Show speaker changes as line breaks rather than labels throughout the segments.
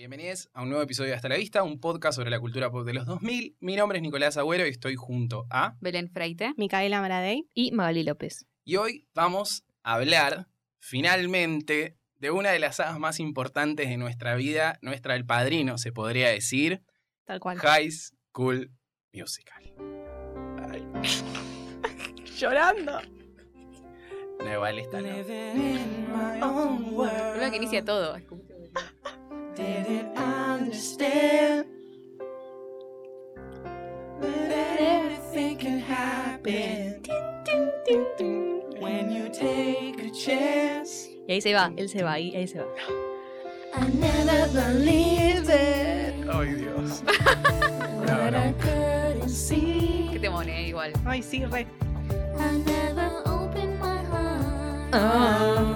Bienvenidos a un nuevo episodio de Hasta la Vista, un podcast sobre la cultura pop de los 2000. Mi nombre es Nicolás Agüero y estoy junto a...
Belén Freite
Micaela Maradei.
y Magali López.
Y hoy vamos a hablar, finalmente, de una de las sagas más importantes de nuestra vida, nuestra El Padrino, se podría decir,
Tal cual.
High School Musical. Ay,
Llorando.
no, igual esta no.
Primero que inicia todo. es como- Y ahí se va, él se va, y ahí se va.
Ay, Dios.
Qué temón, eh, igual.
Ay, sí, re.
Ah.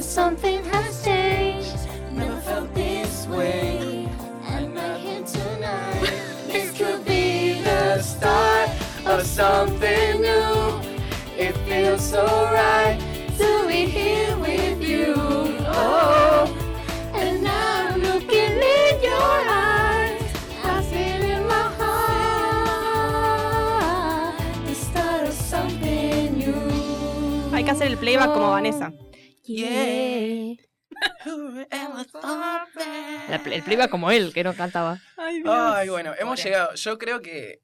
Something has changed. Never felt this way. And right here tonight, this could be the start of something new. It feels so right to be here with you. Oh, and I'm looking in your eyes. I feel in my heart the start of something new.
Hay que hacer el playback como Vanessa.
Yeah. Ever thought
La
that?
pl- el play va como él, que no cantaba.
Ay,
Ay, bueno, hemos
Ahora.
llegado. Yo creo que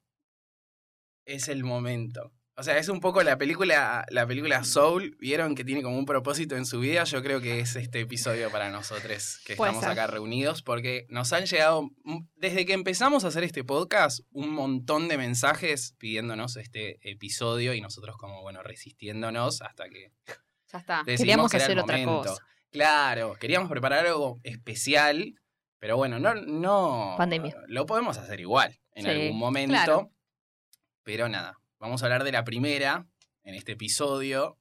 es el momento. O sea, es un poco la película, la película Soul, vieron que tiene como un propósito en su vida. Yo creo que es este episodio para nosotros que
Puede
estamos
ser.
acá reunidos, porque nos han llegado, mm, desde que empezamos a hacer este podcast, un montón de mensajes pidiéndonos este episodio y nosotros como, bueno, resistiéndonos hasta que
Ya está.
decidimos
Queríamos
que era el
hacer otra
momento.
cosa.
Claro, queríamos preparar algo especial, pero bueno, no, no.
Pandemia.
Lo podemos hacer igual en
Sí,
algún momento.
claro.
Pero nada, vamos a hablar de la primera en este episodio.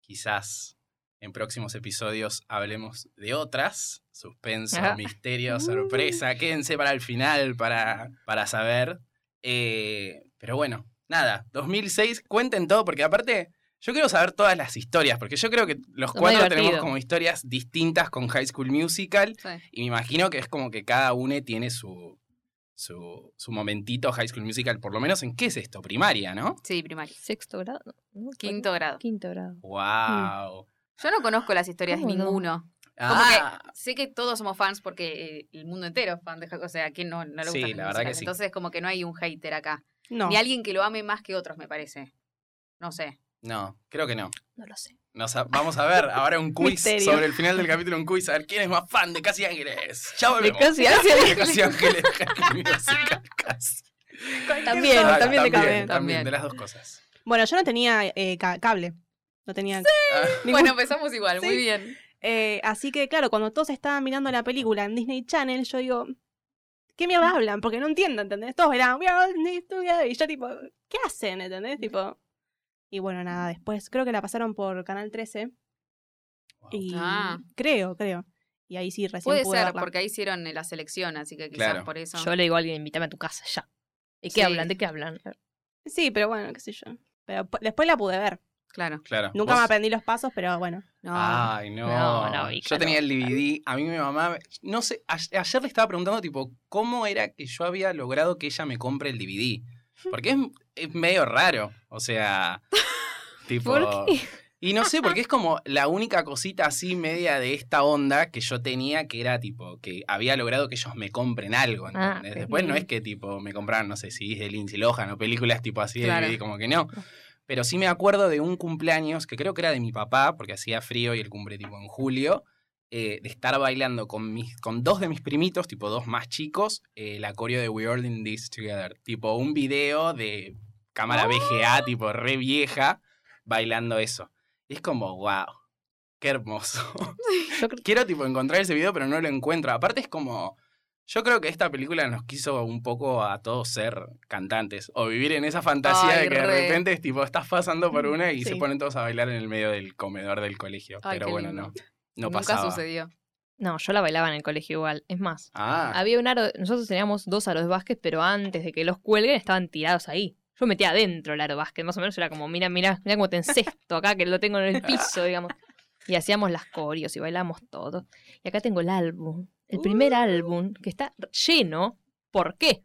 Quizás en próximos episodios hablemos de otras. Suspenso,
Ajá. Uh.
misterio, sorpresa. Quédense para el final para, para saber. Eh, pero bueno, nada, 2006, cuenten todo, porque aparte yo quiero saber todas las historias, porque yo creo que los
Está
cuatro
muy divertido.
tenemos como historias distintas con High School Musical.
Sí.
Y me imagino que es como que cada uno tiene su, su, su momentito High School Musical, por lo menos en qué es esto, primaria, ¿no?
Sí, primaria.
Sexto grado. no, ¿no?
Quinto grado.
Quinto grado.
Mm.
¡Wow!
Yo no conozco las historias de
¿Cómo no?
ninguno.
Ah,
Sé que todos somos fans porque eh, el mundo entero es fan de O sea, ¿quién no, no le gusta?
Sí, la verdad que sí.
Entonces, como que no hay un hater acá.
No.
Ni alguien que lo ame más que otros, me parece. No sé.
no, creo que no.
No lo sé.
Nos a- vamos a ver ahora un quiz
Misterio.
sobre el final del capítulo, un quiz, a ver quién es más fan de Casi Ángeles. Ya volvemos.
Casi
De Casi Ángeles, High School Musical, casi.
También,
Ah,
también te
también,
cabe.
también,
También.
de las dos cosas.
Bueno, yo no tenía eh, ca- cable. No tenía.
Ah.
ningún-
Bueno, empezamos igual, muy
Sí.
bien.
Eh, así que, claro, cuando todos estaban mirando la película en Disney Channel, yo digo, ¿qué mierda hablan? Porque no entiendo, ¿entendés? Todos eran, "We are all in this together", y yo tipo, ¿qué hacen? ¿Entendés? Tipo... Y bueno, nada, después creo que la pasaron por Canal 13.
Wow.
Y
Ah.
creo, creo. Y ahí sí, recién
Puede
pude
ser,
verla.
porque ahí hicieron eh, la selección, así que quizás
Claro.
por eso.
Yo le digo a alguien, invítame a tu casa ya. ¿De qué
Sí.
hablan? ¿De qué hablan?
Sí, pero bueno, qué sé yo. Pero pu- después la pude ver.
Claro.
Claro.
Nunca
¿Vos?
me aprendí los pasos, pero bueno.
No.
Ay, no.
No, no, hija,
yo tenía
no.
el DVD. A mí mi mamá, no sé, a- ayer le estaba preguntando, tipo, ¿cómo era que yo había logrado que ella me compre el DVD? Porque es, es medio raro. O sea, tipo...
¿Por qué?
Y no sé, porque es como la única cosita así media de esta onda que yo tenía que era tipo, que había logrado que ellos me compren algo,
Ah,
¿entendés?
ok.
Después no es que tipo me compraron, no sé, si de Lindsay Lohan o películas tipo así de
Claro.
DVD, como que no. Pero sí me acuerdo de un cumpleaños que creo que era de mi papá, porque hacía frío y el cumple tipo en julio, eh, de estar bailando con, mis, con dos de mis primitos, tipo dos más chicos, eh, la coreo de We All In This Together. Tipo un video de cámara VGA, tipo re vieja, bailando eso. Y es como, wow, qué hermoso.
Yo creo
Quiero tipo encontrar ese video, pero no lo encuentro. Aparte es como, yo creo que esta película nos quiso un poco a todos ser cantantes o vivir en esa fantasía
Ay,
de que de
re.
repente es tipo, estás pasando por una y se
Sí.
ponen todos a bailar en el medio del comedor del colegio.
Ay,
pero
qué
bueno, no.
lindo.
No
Nunca
pasaba.
sucedió.
No, yo la bailaba en el colegio igual. Es más,
Ah,
había un aro. Nosotros teníamos dos aros de básquet, pero antes de que los cuelguen estaban tirados ahí. Yo metía adentro el aro básquet, más o menos era como, mira, mira, mira cómo te encesto acá, que lo tengo en el piso, digamos. Y hacíamos las corios y bailamos todo. Y acá tengo el álbum, el
Uh.
primer álbum, que está lleno. ¿Por qué?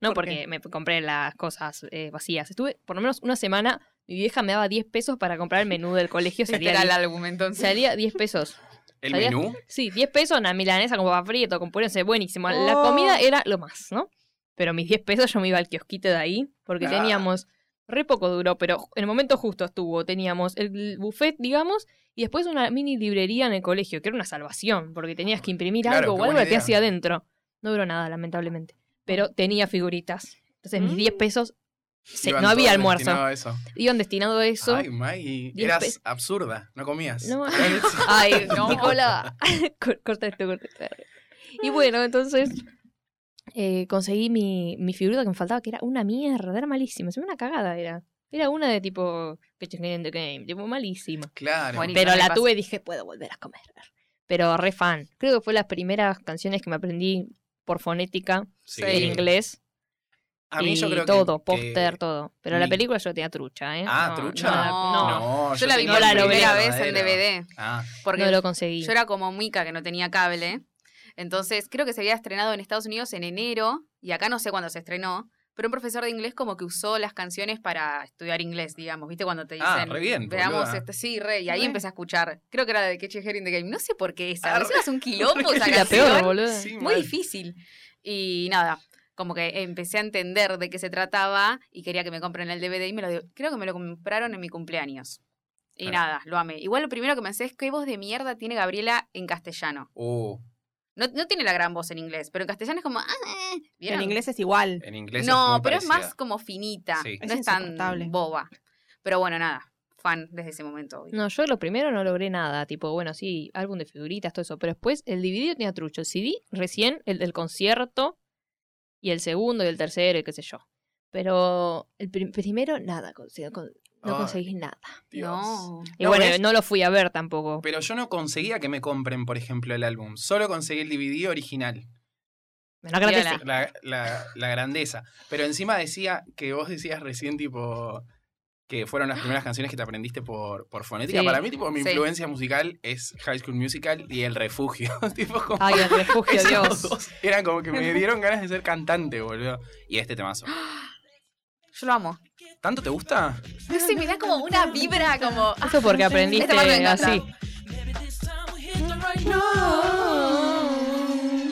No
¿Por
porque
qué?
me compré las cosas eh, vacías. Estuve por lo menos una semana, mi vieja me daba 10 pesos para comprar el menú del colegio.
Este
Salía,
era el
die-
álbum entonces.
salía 10 pesos.
El
Sabía-
menú.
Sí, 10 pesos, una milanesa con papa frito, con puré, no sé, buenísimo. La
Oh.
comida era lo más, ¿no? Pero mis 10 pesos yo me iba al kiosquito de ahí, porque
Ah.
teníamos, re poco duro, pero ju- en el momento justo estuvo, teníamos el buffet, digamos, y después una mini librería en el colegio, que era una salvación, porque tenías que imprimir
Claro,
algo
qué
o algo
buena
que
idea.
hacía adentro. No duró nada, lamentablemente, pero tenía figuritas. Entonces mis
Mm.
10 pesos, se-
Iban
no había
todos
almuerzo,
destinados a eso.
iban destinado a eso.
Ay, Maggie,
Diez
eras
pe-
absurda, no comías. Era-
No. Ay,
No.
Nicola. Cor- corta esto, corta esto. Y bueno, entonces eh, conseguí mi, mi figurita que me faltaba, que era una mierda, era malísima. Se me una cagada era. Era una de tipo que the game, tipo malísima.
claro.
Buenísimo.
Pero
no me
la
pasa.
tuve y dije, puedo volver a comer. Pero re fan. Creo que fue las primeras canciones que me aprendí por fonética
Sí.
en inglés.
A mí
y
yo creo que-
todo,
que-
póster, todo. Pero la
mi-
película yo la tenía trucha, ¿eh?
Ah,
No,
¿trucha?
No, la-
No.
no,
No,
Yo la vi
tenía
no
por
la
el
logré.
primera
primer
vez en
verdadero.
DVD.
Ah,
Porque
no lo conseguí.
yo era como Mica, que no tenía cable. Entonces, creo que se había estrenado en Estados Unidos en enero, y acá no sé cuándo se estrenó, pero un profesor de inglés como que usó las canciones para estudiar inglés, digamos. ¿Viste cuando te dicen?
Ah, re bien,
Veamos
boluda.
este, sí, re. Y ahí
Re.
empecé a escuchar. Creo que era de Catch a Hare in the Game. No sé por qué esa.
Ah,
pero
re.
encima es un quilombo esa
Re.
la peor,
canción.
boludo.
sí,
Muy
mal.
difícil. Y nada, como que empecé a entender de qué se trataba y quería que me compren el DVD y me lo dio- creo que me lo compraron en mi cumpleaños. Y
Claro.
nada, lo amé. Igual lo primero que pensé es qué voz de mierda tiene Gabriela en castellano.
Uh,
No, no tiene la gran voz en inglés, pero en castellano es como... "Ah, eh", ¿vieron?
En inglés es igual.
en inglés
no,
es muy
pero
parecida.
es más como finita.
Sí.
No
Es
es, tan
insoportable.
boba. Pero bueno, nada, fan desde ese momento. obvio.
No, yo lo primero no logré nada. Tipo, bueno, sí, álbum de figuritas, todo eso. Pero después el DVD lo tenía trucho. El CD recién, el del concierto. Y el segundo y el tercero y qué sé yo. Pero el prim- primero nada, con- con- no
Ay,
conseguí nada.
Dios.
No.
Y
No,
bueno,
¿ves?
no lo fui a ver tampoco.
Pero yo no conseguía que me compren, por ejemplo, el álbum. Solo conseguí el DVD original.
La grandeza.
Viola.
La, la- la grandeza. Pero encima decía que vos decías recién, tipo, que fueron las primeras canciones que te aprendiste por, por fonética.
Sí.
Para mí, tipo, mi
Sí.
influencia musical es High School Musical y El Refugio. tipo, como
Ay, el refugio,
esas
Dios.
dos eran como que me dieron ganas de ser cantante, boludo. Y este temazo.
Yo lo amo.
¿Tanto te gusta?
No sé, me da como una vibra como...
Eso porque aprendiste
Esta parte me encanta.
así.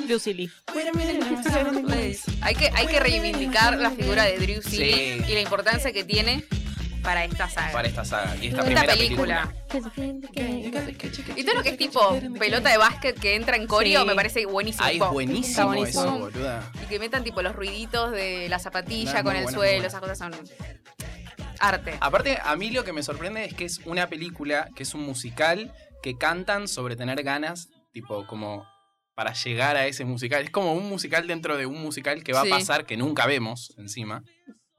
Lucy Lee.
Hay que, hay que reivindicar la figura de Drew Seeley
Sí.
y la importancia que tiene para esta saga.
Para esta saga y esta
esta
primera
Ah. película.
película.
Y todo lo que es tipo pelota de básquet que entra en coreo
Sí.
me parece buenísimo.
Ay, es
Tipo,
Está
buenísimo
buenísimo.
eso, boluda.
Y que metan tipo los ruiditos de la
No,
zapatilla
es
con
muy
el
buena, muy
suelo,
buena.
esas cosas son arte.
Aparte, a mí lo que me sorprende es que es una película, que es un musical, que cantan sobre tener ganas, tipo, como para llegar a ese musical. Es como un musical dentro de un musical que va
Sí.
a pasar, que nunca vemos encima.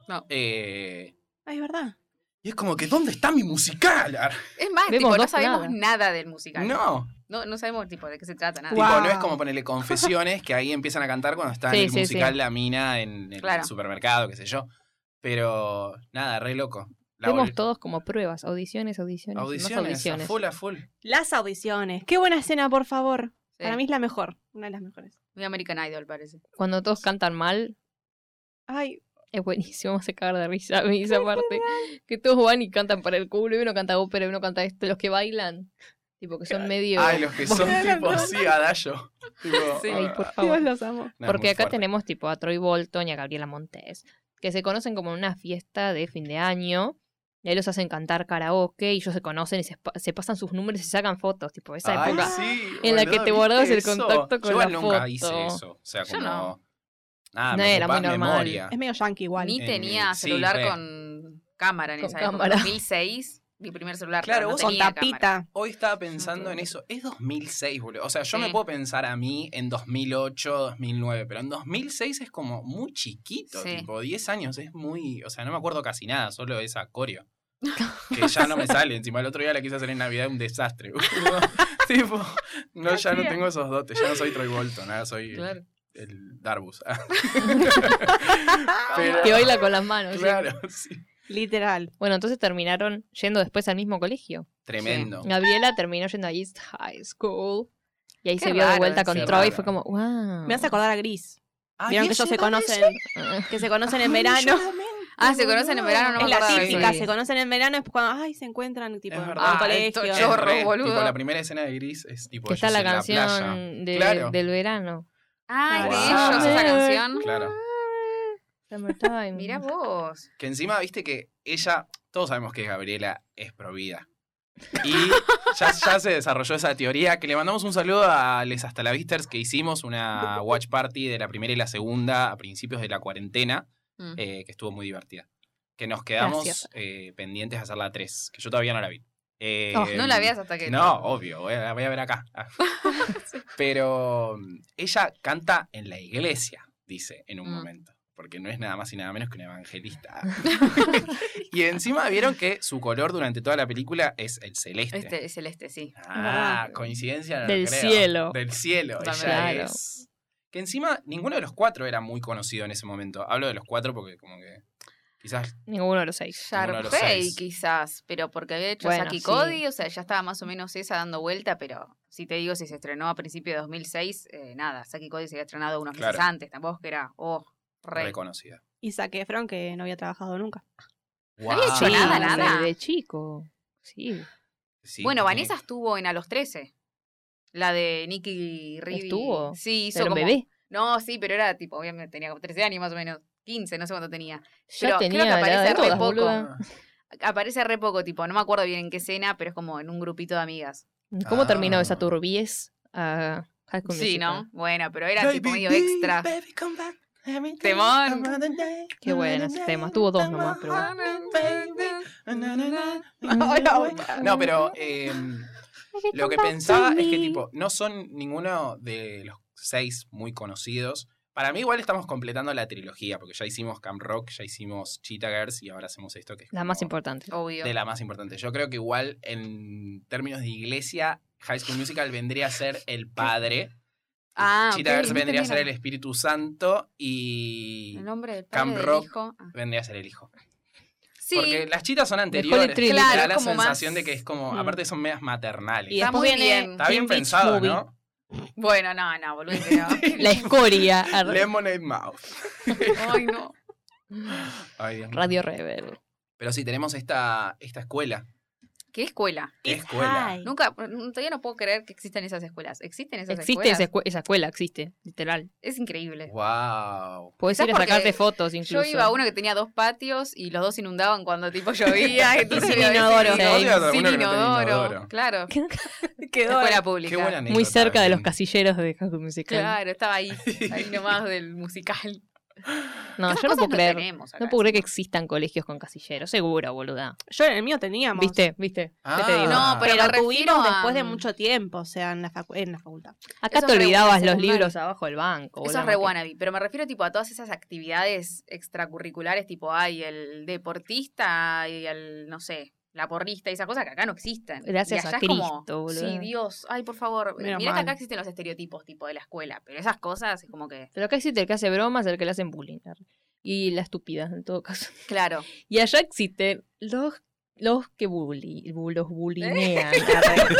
No.
Eh,
Ay, es verdad.
y es como que, ¿dónde está mi musical? Ar-
Es más,
Vemos
tipo, no
dos
sabemos
nada.
nada, del musical.
No.
No, no sabemos tipo de qué se trata, nada.
Tipo,
Guau.
no es como ponerle confesiones, que ahí empiezan a cantar cuando está
Sí,
en el
sí,
musical
sí.
La Mina, en el
Claro.
supermercado, qué sé yo. Pero, nada, re loco. La
Vemos
vol-
todos como pruebas, audiciones, audiciones, más
audiciones, a
audiciones.
full, a full.
Las audiciones. Qué buena escena, por favor.
Sí.
eh, Para mí es la mejor. Una de las mejores.
Muy American Idol parece.
Cuando todos cantan mal,
Ay,
Es buenísimo, se cagar de risa a mí esa parte. Que todos van y cantan para el culo, y uno canta ópera, y uno canta esto, los que bailan. Tipo, que son medio...
Ay, los que son tipo sí, Adallo. Tipo,
Sí.
Ay, por favor.
Dios los amo.
no, es muy
Porque acá
fuerte.
tenemos tipo a Troy Bolton y a Gabriela Montes, que se conocen como en una fiesta de fin de año, y ahí los hacen cantar karaoke, y ellos se conocen y se, pa- se pasan sus números y se sacan fotos, tipo, esa
Ay,
época.
sí,
en la que
boludo,
te guardabas
¿viste
el
eso?
contacto con
Yo igual
la
nunca
foto.
hice eso. O sea,
Yo
como.
no.
Nada,
No,
me
era
ocupás
muy normal.
memoria.
Es medio yankee igual.
Ni
En-
tenía
Eh, sí,
celular
re.
con cámara en
Con
esa
cámara.
época. 2006, mi primer celular.
Claro,
pero no
vos
Con
tenía cámara.
tapita.
Hoy estaba pensando en eso. Es 2006, boludo. O sea, yo
Sí.
me puedo pensar a mí en 2008, 2009, pero en 2006 es como muy chiquito,
Sí.
tipo 10 años. Es muy. O sea, no me acuerdo casi nada, solo esa coreo. Que ya no me sale. Encima el otro día la quise hacer en Navidad, un desastre. boludo. tipo, no, ya no tengo esos dotes. Ya no soy Troy Bolton, ahora soy. eh,
Claro.
el Darbus.
Que baila con las manos. sí.
Claro, sí.
Literal.
Bueno, entonces terminaron yendo después al mismo colegio.
Tremendo.
Gabriela terminó yendo a East High School. Y ahí
Qué
se vio de
raro
vuelta
eso.
con
Qué
Troy.
raro.
Fue como, wow.
Me hace acordar a Gris.
Ah,
Vieron
¿y
que ellos
ese
se
dónde
conocen,
Ah,
que se conocen en verano.
Ah, se conocen en verano, no me
es la
acordaba de eso.
típica,
Sí.
se conocen en verano, es cuando ay, se encuentran tipo
Es
en
verdad.
un
Ah,
colegio.
esto
Es
Chorro,
re,
boludo.
tipo, la primera escena de Gris es tipo
que está
ellos
la
en playa.
canción de-
Claro.
del verano.
Ay, Ah, de
Wow.
ellos esa canción.
Claro.
Summertime.
Mirá vos.
Que encima, viste que ella, todos sabemos que Gabriela es provida. Y ya, ya se desarrolló esa teoría, que le mandamos un saludo a Les Hasta la Visters, que hicimos una watch party de la primera y la segunda a principios de la cuarentena,
Mm.
eh, que estuvo muy divertida. Que nos quedamos
Gracias.
eh, pendientes de hacer la 3, que yo todavía no la vi. Eh,
Oh, no la veas hasta que.
No, obvio, voy a, voy a ver acá. Ah. Pero mm, ella canta en la iglesia, dice en un
Mm.
momento, porque no es nada más y nada menos que una evangelista. y encima vieron que su color durante toda la película es el celeste.
Este es el este, sí.
Ah, coincidencia. no
Del
creo.
cielo.
Del cielo, ella
Claro.
es. Que encima ninguno de los cuatro era muy conocido en ese momento. Hablo de los cuatro porque como que quizás
Ninguno de los seis.
Ninguno de los
Sharpay
seis.
quizás, pero porque había hecho
Bueno,
Saki
sí.
Cody, o sea, ya estaba más o menos esa dando vuelta, pero si te digo, si se estrenó a principios de 2006, eh, nada, Saki Cody se había estrenado unos
Claro.
meses antes, tampoco es que era, oh, re.
reconocida.
Y saqué Efron, que no había trabajado nunca.
había hecho
Guau.
nada,
Sí,
nada.
De chico. Sí.
Sí,
bueno,
tiene-
Vanessa estuvo en A los 13, la de Nicky Rivi.
Estuvo,
Sí, hizo
Pero
como...
bebé.
No, sí, pero era tipo, obviamente tenía como 13 años más o menos, 15, no sé cuánto tenía.
Ya
Pero creo
tenía
que
la
aparece
edad de
re
todas,
poco.
boluda.
Aparece re poco, tipo, no me acuerdo bien en qué escena, pero es como en un grupito de amigas.
¿Cómo
Ah.
terminó esa turbiez a High School
Sí,
Musical?
¿no? Bueno, pero era tipo
Baby,
medio
baby,
extra.
baby, come back. Every day,
Temón.
another day,
Qué bueno ese
another
tema.
day,
Tuvo dos
another
nomás, pero bueno.
baby, another day. No,
No,
pero eh, lo que pensaba es que tipo, no son ninguno de los seis muy conocidos. Para mí igual estamos completando la trilogía, porque ya hicimos Camp Rock, ya hicimos Cheetah Girls y ahora hacemos esto que es
La
como
más importante.
Obvio.
de la más importante. Yo creo que igual en términos de iglesia, High School Musical vendría a ser el padre.
Ah,
Cheetah
ok,
Girls
no
vendría a ser el
tenía Ah,
Espíritu Santo y
El nombre del
Camp
padre del
Rock.
hijo. Ah.
vendría a ser el hijo.
Sí,
Porque las chitas son anteriores.
Trinity.
Te
Claro,
da
es
la
como más-
sensación de que es como,
Mm.
aparte son medias maternales.
Y
Está
después
muy
viene
bien.
Está bien
Teen Beach
pensado,
Movie.
¿no?
bueno, no, no, boludo, no.
La escoria. Ar-
Lemonade Mouth.
Ay, no.
Ay, Dios mío.
Radio Rebel.
Pero sí, tenemos esta, esta escuela.
¿Qué escuela?
¿Qué escuela?
Nunca-
Nunca, mm, todavía no puedo creer que existan esas escuelas. ¿Existen esas
Existe esa,
escuelas?
escue- esa escuela, existe, literal.
Es increíble.
Wow.
Podés
Quizás
ir a sacarte
porque
fotos
Yo
incluso.
iba a uno que tenía dos patios y los dos inundaban cuando tipo llovía. entonces
sin
era decir,
inodoro.
sin
¿eh? Sí,
odio a alguno que no tenía
inodoro.
inodoro.
Claro,
Quedó
escuela
Qué
pública.
buena anécdota.
Muy cerca de los
también.
casilleros de High School Musical.
Claro, estaba ahí, ahí nomás del musical.
No,
Esas
yo no
cosas
puedo creer.
tenemos acá,
No puedo creer que
encima.
existan colegios con casilleros, seguro, boluda.
Yo en el mío teníamos.
¿Viste? ¿Viste?
Ah.
te digo?
No,
Pero,
Pero me
lo tuvimos
refiero a- mm.
después de mucho tiempo, o sea, en la, facu- en la facultad.
Acá
Eso
te
es re
olvidabas
buena
los libros
secundaria.
abajo del banco.
Eso
boluda,
es re
no te-
wannabe, pero me refiero tipo a todas esas actividades extracurriculares, tipo, hay el deportista y el, no sé, la porrista y esas cosas que acá no existen.
Gracias
y
a
allá es
Cristo, boluda.
Sí, Dios, ay, por favor. eh,
Menos
Mirá que acá
mal.
existen los estereotipos tipo de la escuela, pero esas cosas es como que,
Pero acá existe el que hace bromas, el que le hacen bullying. Y la estúpida, en todo caso.
claro.
Y allá existen los, los que bully, bu- los bulinean.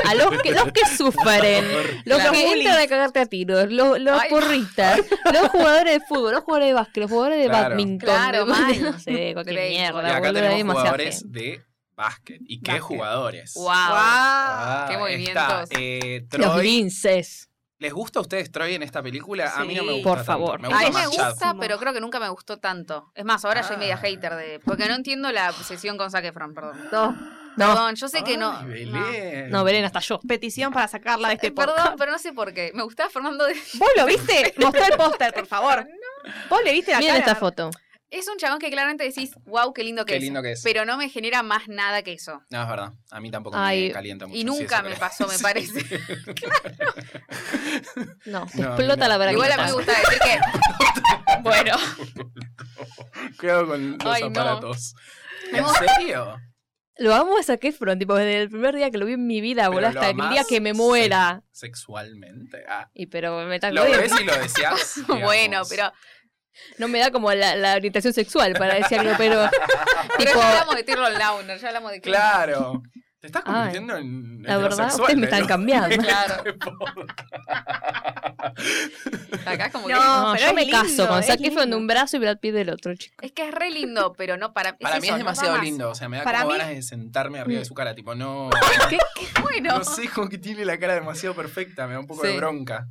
A los que, los que sufren. Los
Claro.
que
Bullies.
entran a cagarte a tiros, los, los
Ay.
porristas, los jugadores de fútbol, los jugadores de básquet, los jugadores de
Claro.
badminton,
Claro,
de-
mal.
no sé, cualquier
Béisbol.
mierda,
Y acá
boludo, hay
tenemos
demasiada
jugadores
gente.
de básquet. ¿Y qué
Básquet.
jugadores?
¡Wow!
Ah,
¡Qué
ahí
movimientos!
está. Eh,
Los
Troy.
linces.
¿Les gusta a ustedes Troy en esta película? A mí no me
Sí.
gusta.
Por
tanto.
favor.
Me
A
gusta
mí
más
me
Chad.
gusta, pero creo que nunca me gustó tanto. Es más, ahora soy media
Ah.
hater de. Porque no entiendo la obsesión con Zac Efron, perdón.
No,
Perdón, yo sé que no.
Ay,
no.
Belén.
no, Belén, hasta yo.
Petición para sacarla de este
Eh, Perdón,
podcast.
pero no sé por qué. Me gustaba Fernando de...
¿Vos lo viste? Mostrá el póster, por favor. ¿Vos le viste la
Miren
cara?
esta foto.
Es un chabón que claramente decís, wow, qué lindo que
Qué
es.
lindo que es.
Pero no me genera más nada que eso.
No, es verdad. A mí tampoco
Ay,
me calienta mucho.
y
sí,
nunca
eso
me
creo.
pasó, me
Sí.
parece.
No, te
No,
explota
no.
la verdad.
Igual a mí me gusta decir que. bueno,
Cuidado con los
Ay, no.
aparatos.
Me
¿En serio?
Lo amo a Zac Efron, tipo, desde el primer día que lo vi en mi vida,
Pero
boludo,
lo
hasta el día
amás
que me muera.
se- sexualmente. Ah,
Y pero me da-
lo
oye,
ves y lo deseas.
bueno,
digamos.
pero
no me da como la, la orientación sexual para decir algo, pero
Pero
Tipo-
ya hablamos de Tyrone Launer, ya hablamos de
Claro. Te estás convirtiendo en.
la verdad,
heterosexual,
ustedes me
Belu.
están cambiando.
Claro. Acá es como que-
No,
No,
pero
yo
es
me
lindo,
caso con
es
Zac
lindo.
Efron de un brazo y Brad Pitt del otro, chico.
Es que es re lindo, pero no para,
Para mí
eso,
es
no va
demasiado
más.
lindo. O sea, me da
Para
como
mí-
ganas de sentarme arriba
Mm.
de su cara. Tipo, no.
¿Qué?
Bueno,
No sé, como que tiene la cara demasiado perfecta. Me da un poco
Sí.
de bronca.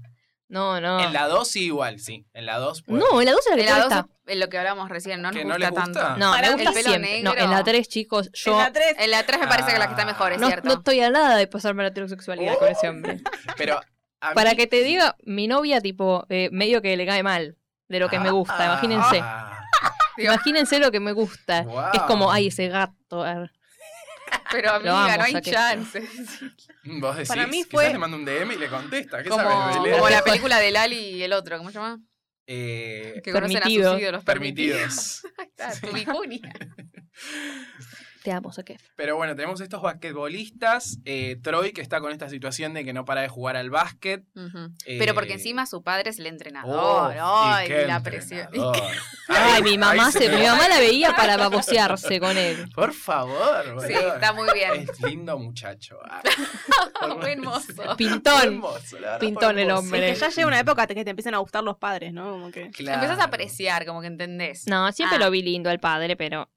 No, no.
En la 2 sí, igual, sí. En la pues. 2.
No, en la 2 es la
de
que
la
te
dos
gusta.
es lo que hablábamos recién, no nos
¿Que no
gusta,
les gusta?
tanto.
No,
Para
me
mí
gusta
el pelo
siempre. No,
negro.
en la 3, chicos, yo
En
eh,
la 3.
En la 3 me parece que la que está mejor, es
Ah, no,
cierto.
no estoy a nada de pasarme a la heterosexualidad con ese hombre.
Pero. a mí-
Para que te diga, mi novia, tipo, eh, medio que le cae mal de lo que me gusta,
Ah,
imagínense.
ah,
Imagínense lo que me gusta.
guau.
Que es como, ay, ese gato. ar.
Pero amiga,
amo,
no hay
o sea que-
chances.
Mm, Vos decís,
Para mí
quizás
fue-
le mando un DM y le contesta. ¿Qué
Como,
sabes, Belén?
como la película de Lali y el otro, ¿cómo se llama?
Eh,
Que conocen a
Permitido.
sus ídolos
permitidos.
Está, tu bikuni.
Te amo, Zac Efron.
Pero bueno, tenemos estos basquetbolistas. eh, Troy, que está con esta situación de que no para de jugar al básquet.
Ujú.
eh,
Pero porque encima su padre es el
Oh,
entrenador.
y
Ay,
qué
la presión.
entrenador.
Ay, mi mamá,
ahí
se,
me
mi
va.
mamá la veía para babosearse con él.
Por favor, boludo.
Sí, está muy bien.
Es lindo muchazo. Ah,
Fue hermoso.
fue
Pintón.
hermoso, la verdad, fue
Pintón el
hermoso.
hombre.
Es que ya llega una época que te empiezan a gustar los padres, ¿no? Como que...
Claro.
Empezás a apreciar, como que entendés.
No, siempre
Ah.
lo vi lindo al padre, pero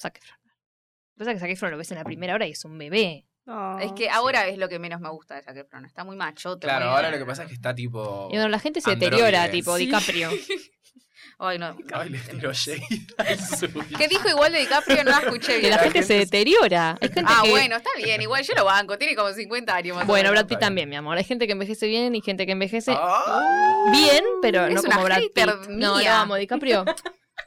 Zac Efron. Lo que pasa es que Zac Efron lo ves en la primera hora y es un bebé.
no.
Es que ahora es lo que menos me gusta de Zac Efron. Está muy machote.
Claro,
muy-
ahora lo que pasa es que está tipo.
Y cuando la gente se
Androide.
deteriora, tipo
Sí.
DiCaprio.
Ay, no.
Ay, le tiró shade al suyo.
¿Qué dijo igual de DiCaprio? No la escuché
Que
bien.
la gente se deteriora. Hay gente
Ah,
que...
bueno, está bien. Igual yo lo banco. Tiene como 50 años más o
Bueno,
menos.
Brad Pitt también, mi amor. Hay gente que envejece bien y gente que envejece
Oh.
Ah.
bien, pero
Mm, Es
no
una
como Brad Pitt.
hater
No, no,
mía.
vamos, DiCaprio. Lo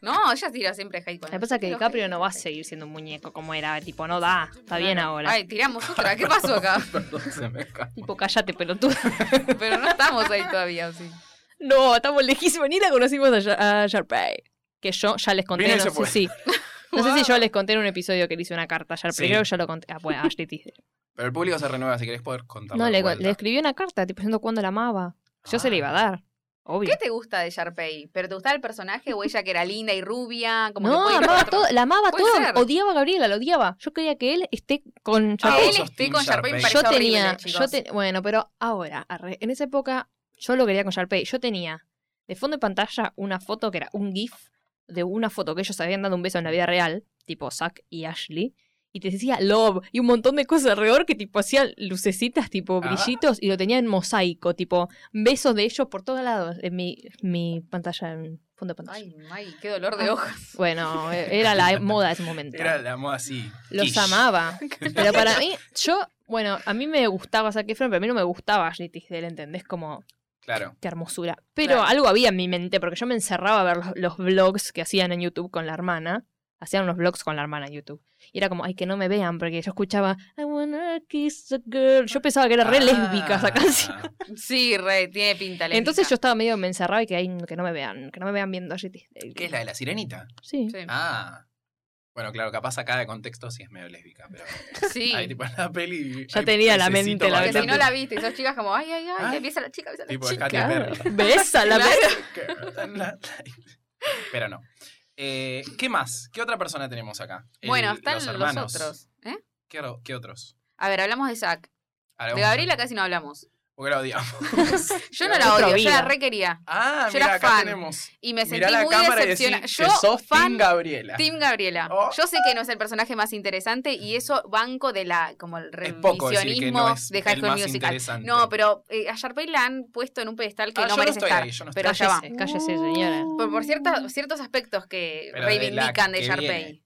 No, ella tira siempre hate con
que pasa es que
Pero
DiCaprio
hate.
no va a seguir siendo un muñeco como era. Tipo, no da. Está bien
Claro.
ahora.
Ay, tiramos otra. ¿Qué pasó acá?
Perdón, se me escapó.
Tipo, cállate, pelotudo.
Pero no estamos ahí todavía, ¿o sí?
No, estamos lejísimos. Ni la conocimos a, Ja- a Sharpay. Que yo ya les conté,
Bien,
no
se
sé
fue.
si. No sé si yo les conté en un episodio que le hice una carta a Sharpay.
Sí.
Creo que ya lo conté. Ah, bueno, Ashley Tisdale.
Pero el público se renueva, si querés poder contar.
No, le, le escribí una carta, tipo, diciendo cuándo la amaba. Yo se la iba a dar. Obvio.
¿Qué te gusta de Sharpay? ¿Pero te gustaba el personaje o ella que era linda y rubia? Como que
No,
puede ir
amaba
con otro-
todo, la amaba
Puede
todo.
ser.
Odiaba a Gabriela, la odiaba. Yo quería que él esté con
Ah,
Sharpay.
vos
él
sos
esté
Team
con Sharpay
Sharpay.
parece
yo tenía,
horrible,
yo
chicos.
te- bueno, pero ahora, arre, en esa época yo lo quería con Sharpay. Yo tenía de fondo de pantalla una foto que era un GIF de una foto que ellos habían dado un beso en la vida real, tipo Zack y Ashley. Y te decía love y un montón de cosas alrededor que tipo hacían lucecitas, tipo
Ah.
brillitos, y lo tenía en mosaico, tipo besos de ellos por todos lados en mi, mi pantalla, en fondo de pantalla.
Ay, ay, qué dolor
Ah.
de ojos.
Bueno, eh, era la moda de ese momento.
Era la moda así.
Los
quiche.
amaba. Pero para mí, yo, bueno, a mí me gustaba Zac Efron, pero a mí no me gustaba Ashley Tisdale, ¿entendés? Como,
Claro.
qué hermosura. Pero
Claro.
algo había en mi mente, porque yo me encerraba a ver los, los vlogs que hacían en YouTube con la hermana. Hacían unos vlogs con la hermana en YouTube. Y era como, ay, que no me vean, porque yo escuchaba, I wanna kiss a girl. Yo pensaba que era
Ah,
re lésbica esa canción.
Sí, re, tiene pinta Ah, lésbica.
Entonces yo estaba medio, me encerraba y que, ay, que no me vean, que no me vean viendo a Ashley Tisdale.
¿Qué es la de la sirenita?
Sí.
Sí.
Ah. Bueno, claro, capaz acá de contexto sí es medio lésbica, pero.
Sí.
Ahí tipo en la peli.
Ya
hay
tenía la
pececito
mente, la
Porque
bailando.
si no la viste y sos chica, como, ay, ay, ay,
Ay.
empieza la chica, empieza la
Ah. Tipo de
chica.
Katy Perry.
¿Ves a la
Claro.
Pero no. Eh, ¿Qué más? ¿Qué otra persona tenemos acá? El-
Bueno, están los,
hermanos.
otros. ¿eh?
¿Qué, o- qué otros?
A ver, hablamos de Zack.
Ahora
De
vamos a-
Gabriela casi no hablamos.
Porque la odiamos.
Yo no
Otra
la odio, yo
vida.
la re quería.
Ah,
Yo
mira,
era
acá
fan.
tenemos.
Y me sentí
Mirá la
muy
cámara y
decepcionada.
decís
Yo,
que sos Team
fan
Gabriela.
Team Gabriela.
Oh.
Yo sé que no es el personaje más interesante y eso banco de la como el
Es poco decir que
revisionismo
no es
de High
el
School
más
Musical.
interesante.
No, pero eh, a Sharpay la han puesto en un pedestal que
Ah,
no
yo no
merece
estoy
estar.
ahí, yo no estoy
pero ya va.
Cállese, cállese, señora.
Por, por ciertas- ciertos aspectos que
Pero de la
reivindican de,
que
Sharpay.
viene.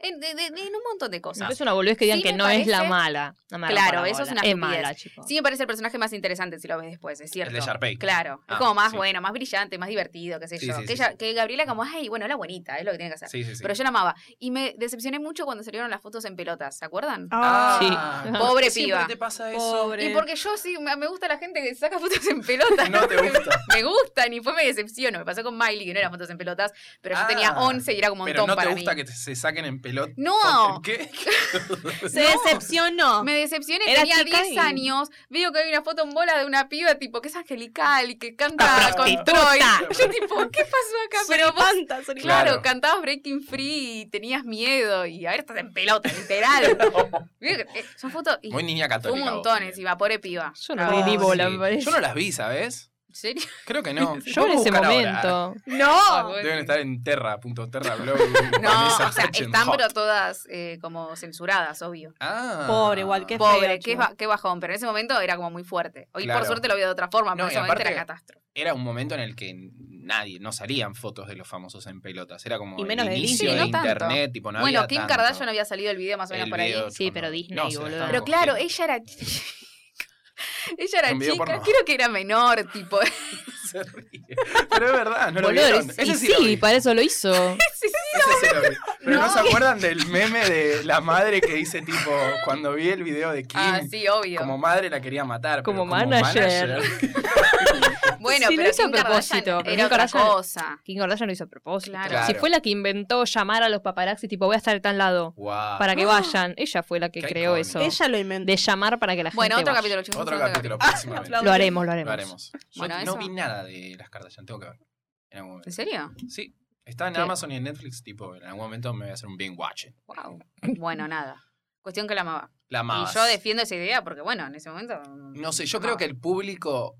En, de- de- en un montón de
Me
cosas.
parece una boludez que digan
Sí
que
me
no es la
parece-
mala. No me
Claro,
rompan la
eso es
bola.
una
Es mala,
estupidez.
chicos.
Sí me parece el personaje más interesante si lo ves después, es cierto.
El de Sharpay.
Claro,
Ah,
es como más
sí.
bueno, más brillante, más divertido, qué sé
Sí,
yo.
sí,
que,
sí,
ella- que Gabriela como, ay, bueno, la bonita, es lo que tiene que hacer.
Sí, sí, sí.
Pero yo la amaba. Y me decepcioné mucho cuando salieron las fotos en pelotas, ¿se acuerdan?
Ah,
Ah,
Sí.
¿por qué
Pobre
siempre
piba.
te pasa eso?
pobre.
Y porque yo sí, me me gusta la gente que saca fotos en pelotas.
No te gusta.
me gustan y fue me decepciono. Me pasó con Miley, que no eran fotos en pelotas, pero yo
Ah,
tenía 11 y era como un
Pero
montón
no te
para
gusta
mí.
que te- se saquen en pelota.
¡No!
¿Qué?
Se
No.
decepcionó.
Me decepcioné,
Era
tenía
chica
10
y-
años. Veo que hay una foto en bola de una piba tipo que es angelical y que canta
Una
con
Ah, prostituta.
Troy. Yo tipo, ¿qué pasó acá?
Soy
Pero vos,
tonta, soy
claro,
Claro.
cantabas Breaking Free y tenías miedo y ahora estás en pelota, literal. Veo que- eh, son fotos y
Muy niña
fue un
católica. vos
montón
también.
encima, pobre piba.
Yo no
Ah,
vi ni
sí.
bola, me
Sí.
parece.
Yo no las vi, ¿sabes?
¿En serio?
Creo que no.
Yo en
Voy a
ese
buscar ahora.
momento.
Ah,
No.
bueno.
Deben estar en terra.terrablog.
No, o sea, están pero todas eh, como censuradas, obvio.
Ah.
Pobre, igual, qué
Pobre,
feo,
qué,
chico.
ba- qué bajón, pero en ese momento era como muy fuerte. Hoy
Claro.
por suerte lo veo de otra forma, pero
No,
en
y
ese momento era
aparte-
catástrofe.
Era un momento en el que nadie, no salían fotos de los famosos en pelotas. Era como
Y menos
el
de
inicio
Disney.
de
Sí, no tanto.
internet, tipo, no
bueno,
había
Kim
tanto.
Kardashian había salido el video más o menos
El
por ahí.
video,
Sí,
tipo,
pero
no-
Disney,
no, se la
boludo.
estaban
Pero claro,
cogiendo.
ella era chica. ella era
Un video
chica,
porno.
creo que era menor, tipo.
Se ríe. Pero es verdad, no lo
Boludo,
vieron.
es-
Ese
y
sí
sí,
lo vi.
para eso lo hizo.
Sí, sí.
Ese sí lo vi. Pero no.
No.
se acuerdan del meme de la madre que dice, tipo, cuando vi el video de Kim,
Ah, sí, obvio.
como madre la quería matar. pero
Como manager.
Bueno,
Sí, lo
pero
hizo a
Kim Kardashian
propósito, pero
era
Kim
otra
Kardashian-
cosa.
Kim Kardashian lo hizo a propósito.
Claro.
Si fue la que inventó llamar a los paparazzi, tipo, voy a estar de tal lado
Wow.
para
Ah.
que vayan. Ella fue la que
Qué
creó
icónico.
eso.
Ella lo inventó.
De llamar para que la
Bueno,
gente
otro
vaya.
capítulo, chicos.
Otro capítulo próximamente.
Lo haremos, lo haremos.
Lo haremos. Yo
Bueno,
no
eso.
vi nada de las Kardashian, tengo que ver. En algún momento.
¿En serio?
Sí. Está en
Sí.
Amazon y en Netflix, tipo, en algún momento me voy a hacer un bien watching.
Wow. Bueno, nada. Cuestión que la amaba.
La más.
Y yo Ah. defiendo esa idea porque, bueno, en ese momento. mm,
No sé, yo creo
amaba.
que el público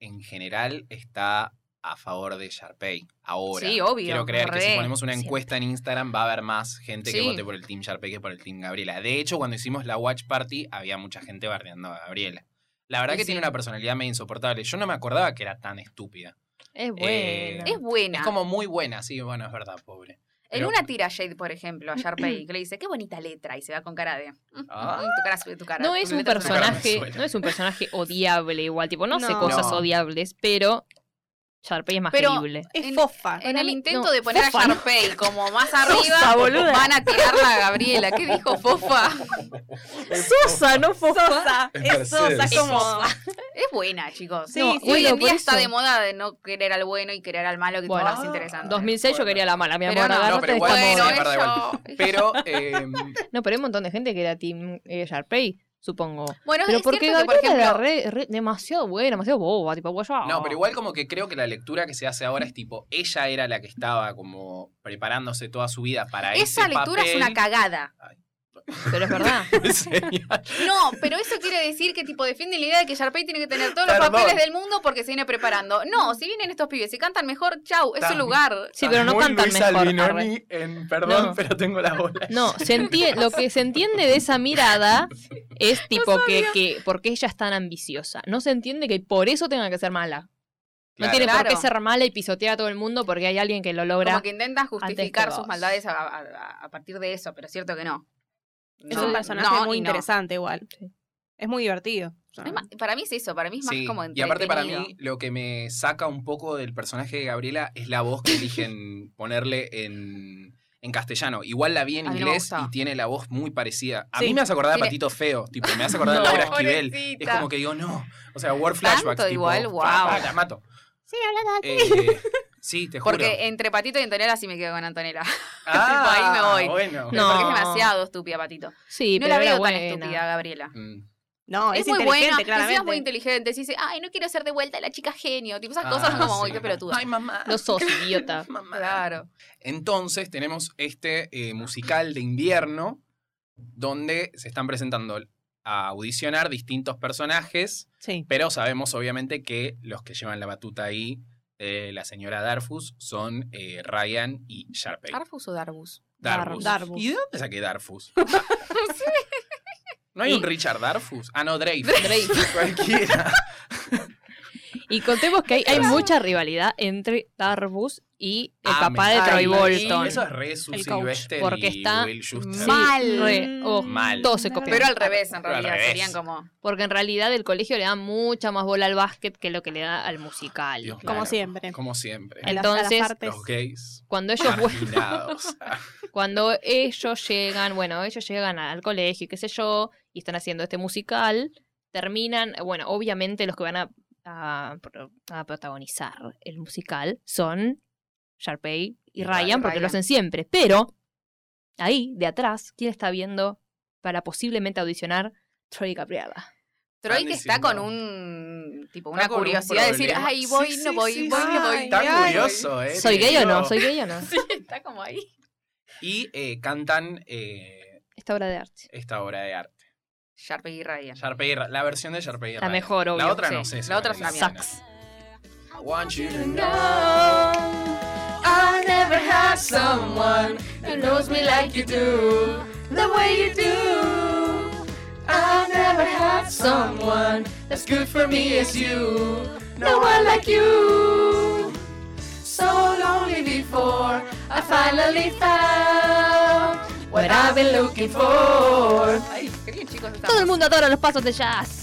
en general está a favor de Sharpay ahora.
Sí, obvio,
Quiero creer que
re,
si ponemos una
siempre.
encuesta en Instagram va a haber más gente que
Sí.
vote por el Team Sharpay que por el Team Gabriela. De hecho, cuando hicimos la Watch Party había mucha gente bardeando a Gabriela. La verdad
Y
que
sí.
tiene una personalidad medio insoportable. Yo no me acordaba que era tan estúpida.
Es bueno.
Es buena.
Es como muy buena, sí, bueno, es verdad, pobre.
En
Pero-
una tira Jade, por ejemplo, a Sharpay, que le dice, qué bonita letra, y se va con cara de... "Mm,
Ah.
mm, tu cara, sube tu cara.
No
tu
es un
letra sube tu cara".
personaje,
suena.
no es un personaje odiable igual, tipo, no, hace
No.
cosas
No.
odiables, pero Sharpay es más
Pero-
creíble.
Es
En-
fofa.
En el
mí-
intento
no,
de poner
fofa,
a
no.
Sharpay como más arriba,
Fofa, boluda.
van a tirarla a Gabriela. ¿Qué dijo Fofa?
Sosa, no
Sosa. Es sosa. Es
Mercedes.
como.
Es buena, chicos.
Sí,
No,
sí,
hoy en
por
día está
eso.
de moda de no querer al bueno y querer al malo, que
Bueno,
todo es interesante.
2006 yo
Bueno.
quería la mala, mi
Pero
amor,
no, no,
agarrate,
pero igual
estamos-
bueno,
sí, es verdad,
eso-
Pero em,
No, pero hay un montón de gente que era Team eh, Sharpay, supongo.
Bueno,
Pero
es
porque
cierto que, por
Gabriela
ejemplo,
era re- re- demasiado buena, demasiado boba, tipo, guayá.
no, pero igual como que creo que la lectura que se hace ahora es tipo, ella era la que estaba como preparándose toda su vida para
esa
ese
lectura es una
papel.
cagada.
Pero es verdad.
Señal.
No, pero eso quiere decir que tipo defienden la idea de que Sharpay tiene que tener todos los
Perdón.
papeles del mundo porque se viene preparando. No, si vienen estos pibes y cantan mejor, chau, es su
También.
lugar.
Sí, pero no
Muy
cantan
Luisa
mejor. arre.
Albinoni en Perdón,
No.
pero tengo la bola.
No, se entie- lo que se entiende de esa mirada es tipo que, que porque ella es tan ambiciosa. No se entiende que por eso tenga que ser mala. No
Claro.
tiene por qué
Claro.
ser mala y pisotear a todo el mundo porque hay alguien que lo logra.
Como que intentan
antes
justificar
que
sus
vos.
maldades a, a- a partir de eso, pero cierto que no.
Es
No,
un personaje
no,
muy
y no.
interesante, igual. Es muy divertido.
Es más- para mí es eso, para mí es más
Sí,
como
y aparte para mí
entretenido.
lo que me saca un poco del personaje de Gabriela es la voz que eligen ponerle en, en castellano. Igual la vi en
A mí no me
inglés
gustaba.
y tiene la voz muy parecida. A
Sí.
mí me hace acordar a
Tiene-
Patito Feo, tipo, me hace acordar
No.
a Laura Esquivel. Es
Pobrecita.
como que digo, no. O sea, Word
Tanto
Flashbacks. tipo,
igual, wow.
pa, pa, la mato.
Sí, hablando
Eh, sí, te juro.
Porque entre Patito y Antonella sí me quedo con Antonella.
Ah,
ahí me voy.
Bueno.
No.
Porque es demasiado estúpida, Patito.
Sí,
no
pero
la
era
veo
buena.
tan estúpida, Gabriela.
Mm.
No,
es,
es,
muy
inteligente,
buena, encima
claramente.
es muy inteligente. Si dice, ay, no quiero ser de vuelta la chica genio. Tipo, esas
Ah,
cosas como, uy,
sí.
qué pelotuda.
Ay, mamá.
No sos idiota.
Mamá.
Claro.
Entonces tenemos este eh, musical de invierno donde se están presentando a audicionar distintos personajes,
Sí.
pero sabemos obviamente que los que llevan la batuta ahí, eh, la señora Darfus, son eh, Ryan y Sharpay.
¿Darfus o Darbus?
Darfus.
Darfus.
¿Y de dónde saqué Darfus? ¿No hay un Richard Darfus? Ah, no, Dreyfus.
Dreyfus.
Cualquiera.
Y contemos que hay, hay mucha rivalidad entre Darbus y el
Ah,
papá
me
de Troy
encanta.
Bolton.
Eso es re Sue
El coach.
Sylvester y
Porque está
Will Schuster.
Sí,
Mal.
re, oh,
Mal.
todos se copian.
Pero al revés, en
Pero al
realidad.
revés.
Serían como.
Porque en realidad el colegio le da mucha más bola al básquet que lo que le da al musical.
Dios mío.
Como
Claro.
siempre.
Como siempre.
A las- a las
Entonces,
artes.
Los gays.
Cuando ellos, vuel-
marginados.
cuando ellos llegan, bueno, ellos llegan al colegio y qué sé yo, y están haciendo este musical, terminan, bueno, obviamente los que van a, a pro- a protagonizar el musical son Sharpay y
Y
Ryan, porque
Ryan.
lo hacen siempre, pero ahí, de atrás, quién está viendo para posiblemente audicionar Troy Gabriela.
Troy
Están
que está con
diciendo-
un tipo
Está
una
con un
curiosidad de decir,
problema.
ay, voy,
Sí,
no
sí,
voy,
sí,
voy,
sí.
no voy.
Ay,
Está
voy, no
curioso, ¿eh?
¿Soy
te
gay o no?
digo.
¿Soy gay o no?
voy. Sí, está como ahí.
Y eh, cantan eh,
Esta obra de arte.
esta obra de arte.
Sharpay y Ryan.
Sharpe y Ra- la versión de Sharpe y Ryan.
mejor, obvio,
La otra no
sí.
sé. si
La otra
vale
es una
pena.
Sax.
I want you to
No,
know.
I never had someone who knows me like you do, the way you do. I never had someone as good for me as you, no one like you. So lonely before, I finally found what I've been looking for.
Ay, qué bien, chicos.
Todo el
Estamos.
mundo adora los pasos de jazz.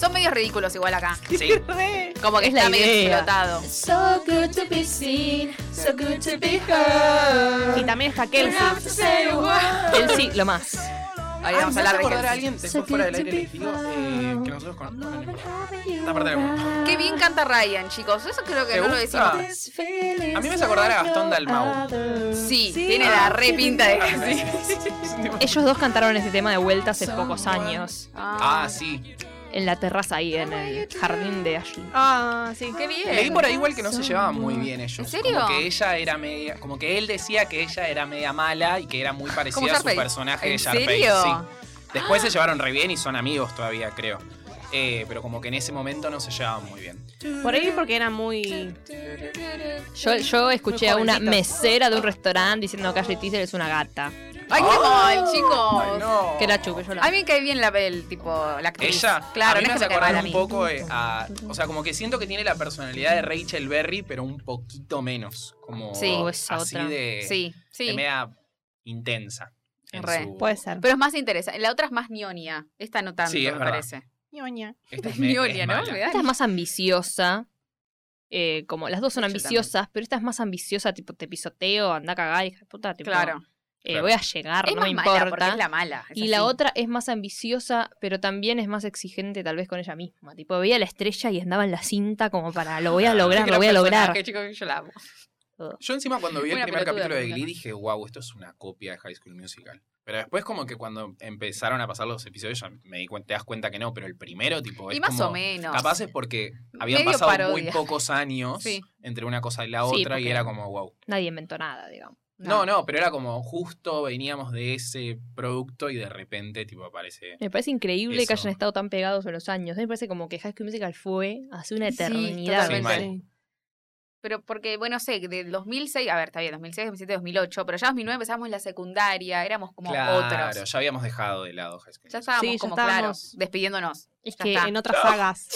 Son medios ridículos igual acá.
Sí.
Re.
Como que
Es la
está medio
idea.
explotado.
It's so good to be seen, so good to be heard.
Y también está
Don't
Kelsey.
have to say a word.
Él sí, lo más.
Ahí vamos a
Ah, me hace
hablar de
acordar a
Kelsey.
alguien después fuera del aire les digo eh, que nosotros con... bueno, no importa. Esta parte la cuento.
Qué bien canta Ryan, chicos. Eso creo que
¿Te
no lo
gusta?
decimos.
A mí me hace acordar a Gastón Dalmau.
Sí,
Sí.
tiene la re pinta de
Ah,
que sí.
es un tipo-
Ellos dos cantaron este tema de vuelta hace pocos años.
Ah, sí.
En la terraza ahí, en el jardín de Ashley.
Ah, sí.
Qué bien.
Leí por ahí igual que no se llevaban muy bien ellos.
¿En serio?
Como que ella era media, como que él decía que ella era media mala y que era muy
Como
parecida a su
Sharpay.
personaje de
¿En
Sharpay.
serio? Ah.
sí. Después se llevaron re bien y son amigos todavía, creo. Eh, pero como que en ese momento no se llevaban muy bien.
Por ahí porque era muy.
Yo, yo escuché a una
jovencito.
mesera de un restaurante diciendo que Ashley Tisdale es una gata.
Ay, qué mal,
ah. Ay,
chicos.
no.
Que la chupe, yo la...
A mí me cae bien la, el tipo, la actriz.
Ella,
claro,
a mí
no
me
es
hace
que me caiga
acordar
mal a
un
mí.
poco eh, a, O sea, como que siento que tiene la personalidad de Rachel Berry, pero un poquito menos. Como
Sí,
o esa
oh, así
otra.
de,
Sí,
de
sí.
media intensa. en
Re. Pues,
su-
Puede ser.
Pero es más interesante. La otra es más ñonia. Esta no tanto,
Sí, es
me
verdad.
parece.
Ñoña.
esta es me- es
ñonia, ¿no?
mala.
Me da-
Esta es más ambiciosa. eh, como las dos son
Yo
ambiciosas, pero esta es más ambiciosa, tipo te pisoteo, anda a cagar, hija de puta, tipo,
Claro.
eh,
Claro.
voy a llegar,
Es
no
más
me
mala porque
importa.
es la mala. es
y la
así.
otra es más ambiciosa, pero también es más exigente tal vez con ella misma. Tipo, veía la estrella y andaba en la cinta como para, lo voy a lograr,
Qué
lo voy a
gran
lograr.
personaje, chicos, yo la amo.
Yo encima cuando vi el
Buena
primer
pelotuda,
capítulo de
Mónica.
Glee dije, wow, esto es una copia de High School Musical. Pero después como que cuando empezaron a pasar los episodios ya me di cuenta, te das cuenta que no, pero el primero tipo es
Y más
como-
o menos.
Capaz es porque habían
Medio
pasado muy
parodia.
pocos años
Sí.
entre una cosa y la
Sí,
otra y
porque-
era como, wow.
Nadie inventó nada, digamos.
No. no, pero era como justo veníamos de ese producto y de repente tipo aparece...
Me parece increíble que
Eso.
hayan estado tan pegados en los años. A mí Me parece como que High School Musical fue hace una
Sí,
eternidad.
totalmente. Sí, mal.
Pero porque, bueno, sé, del 2006, a ver, está bien, 2006, 2007, 2008, pero ya 2009 empezamos la secundaria, éramos como
claro,
otros.
ya habíamos dejado de lado High School
Ya
Musical.
estábamos
Sí, ya
como,
estábamos.
claro, despidiéndonos.
Es
Ya
que
está.
En otras sagas.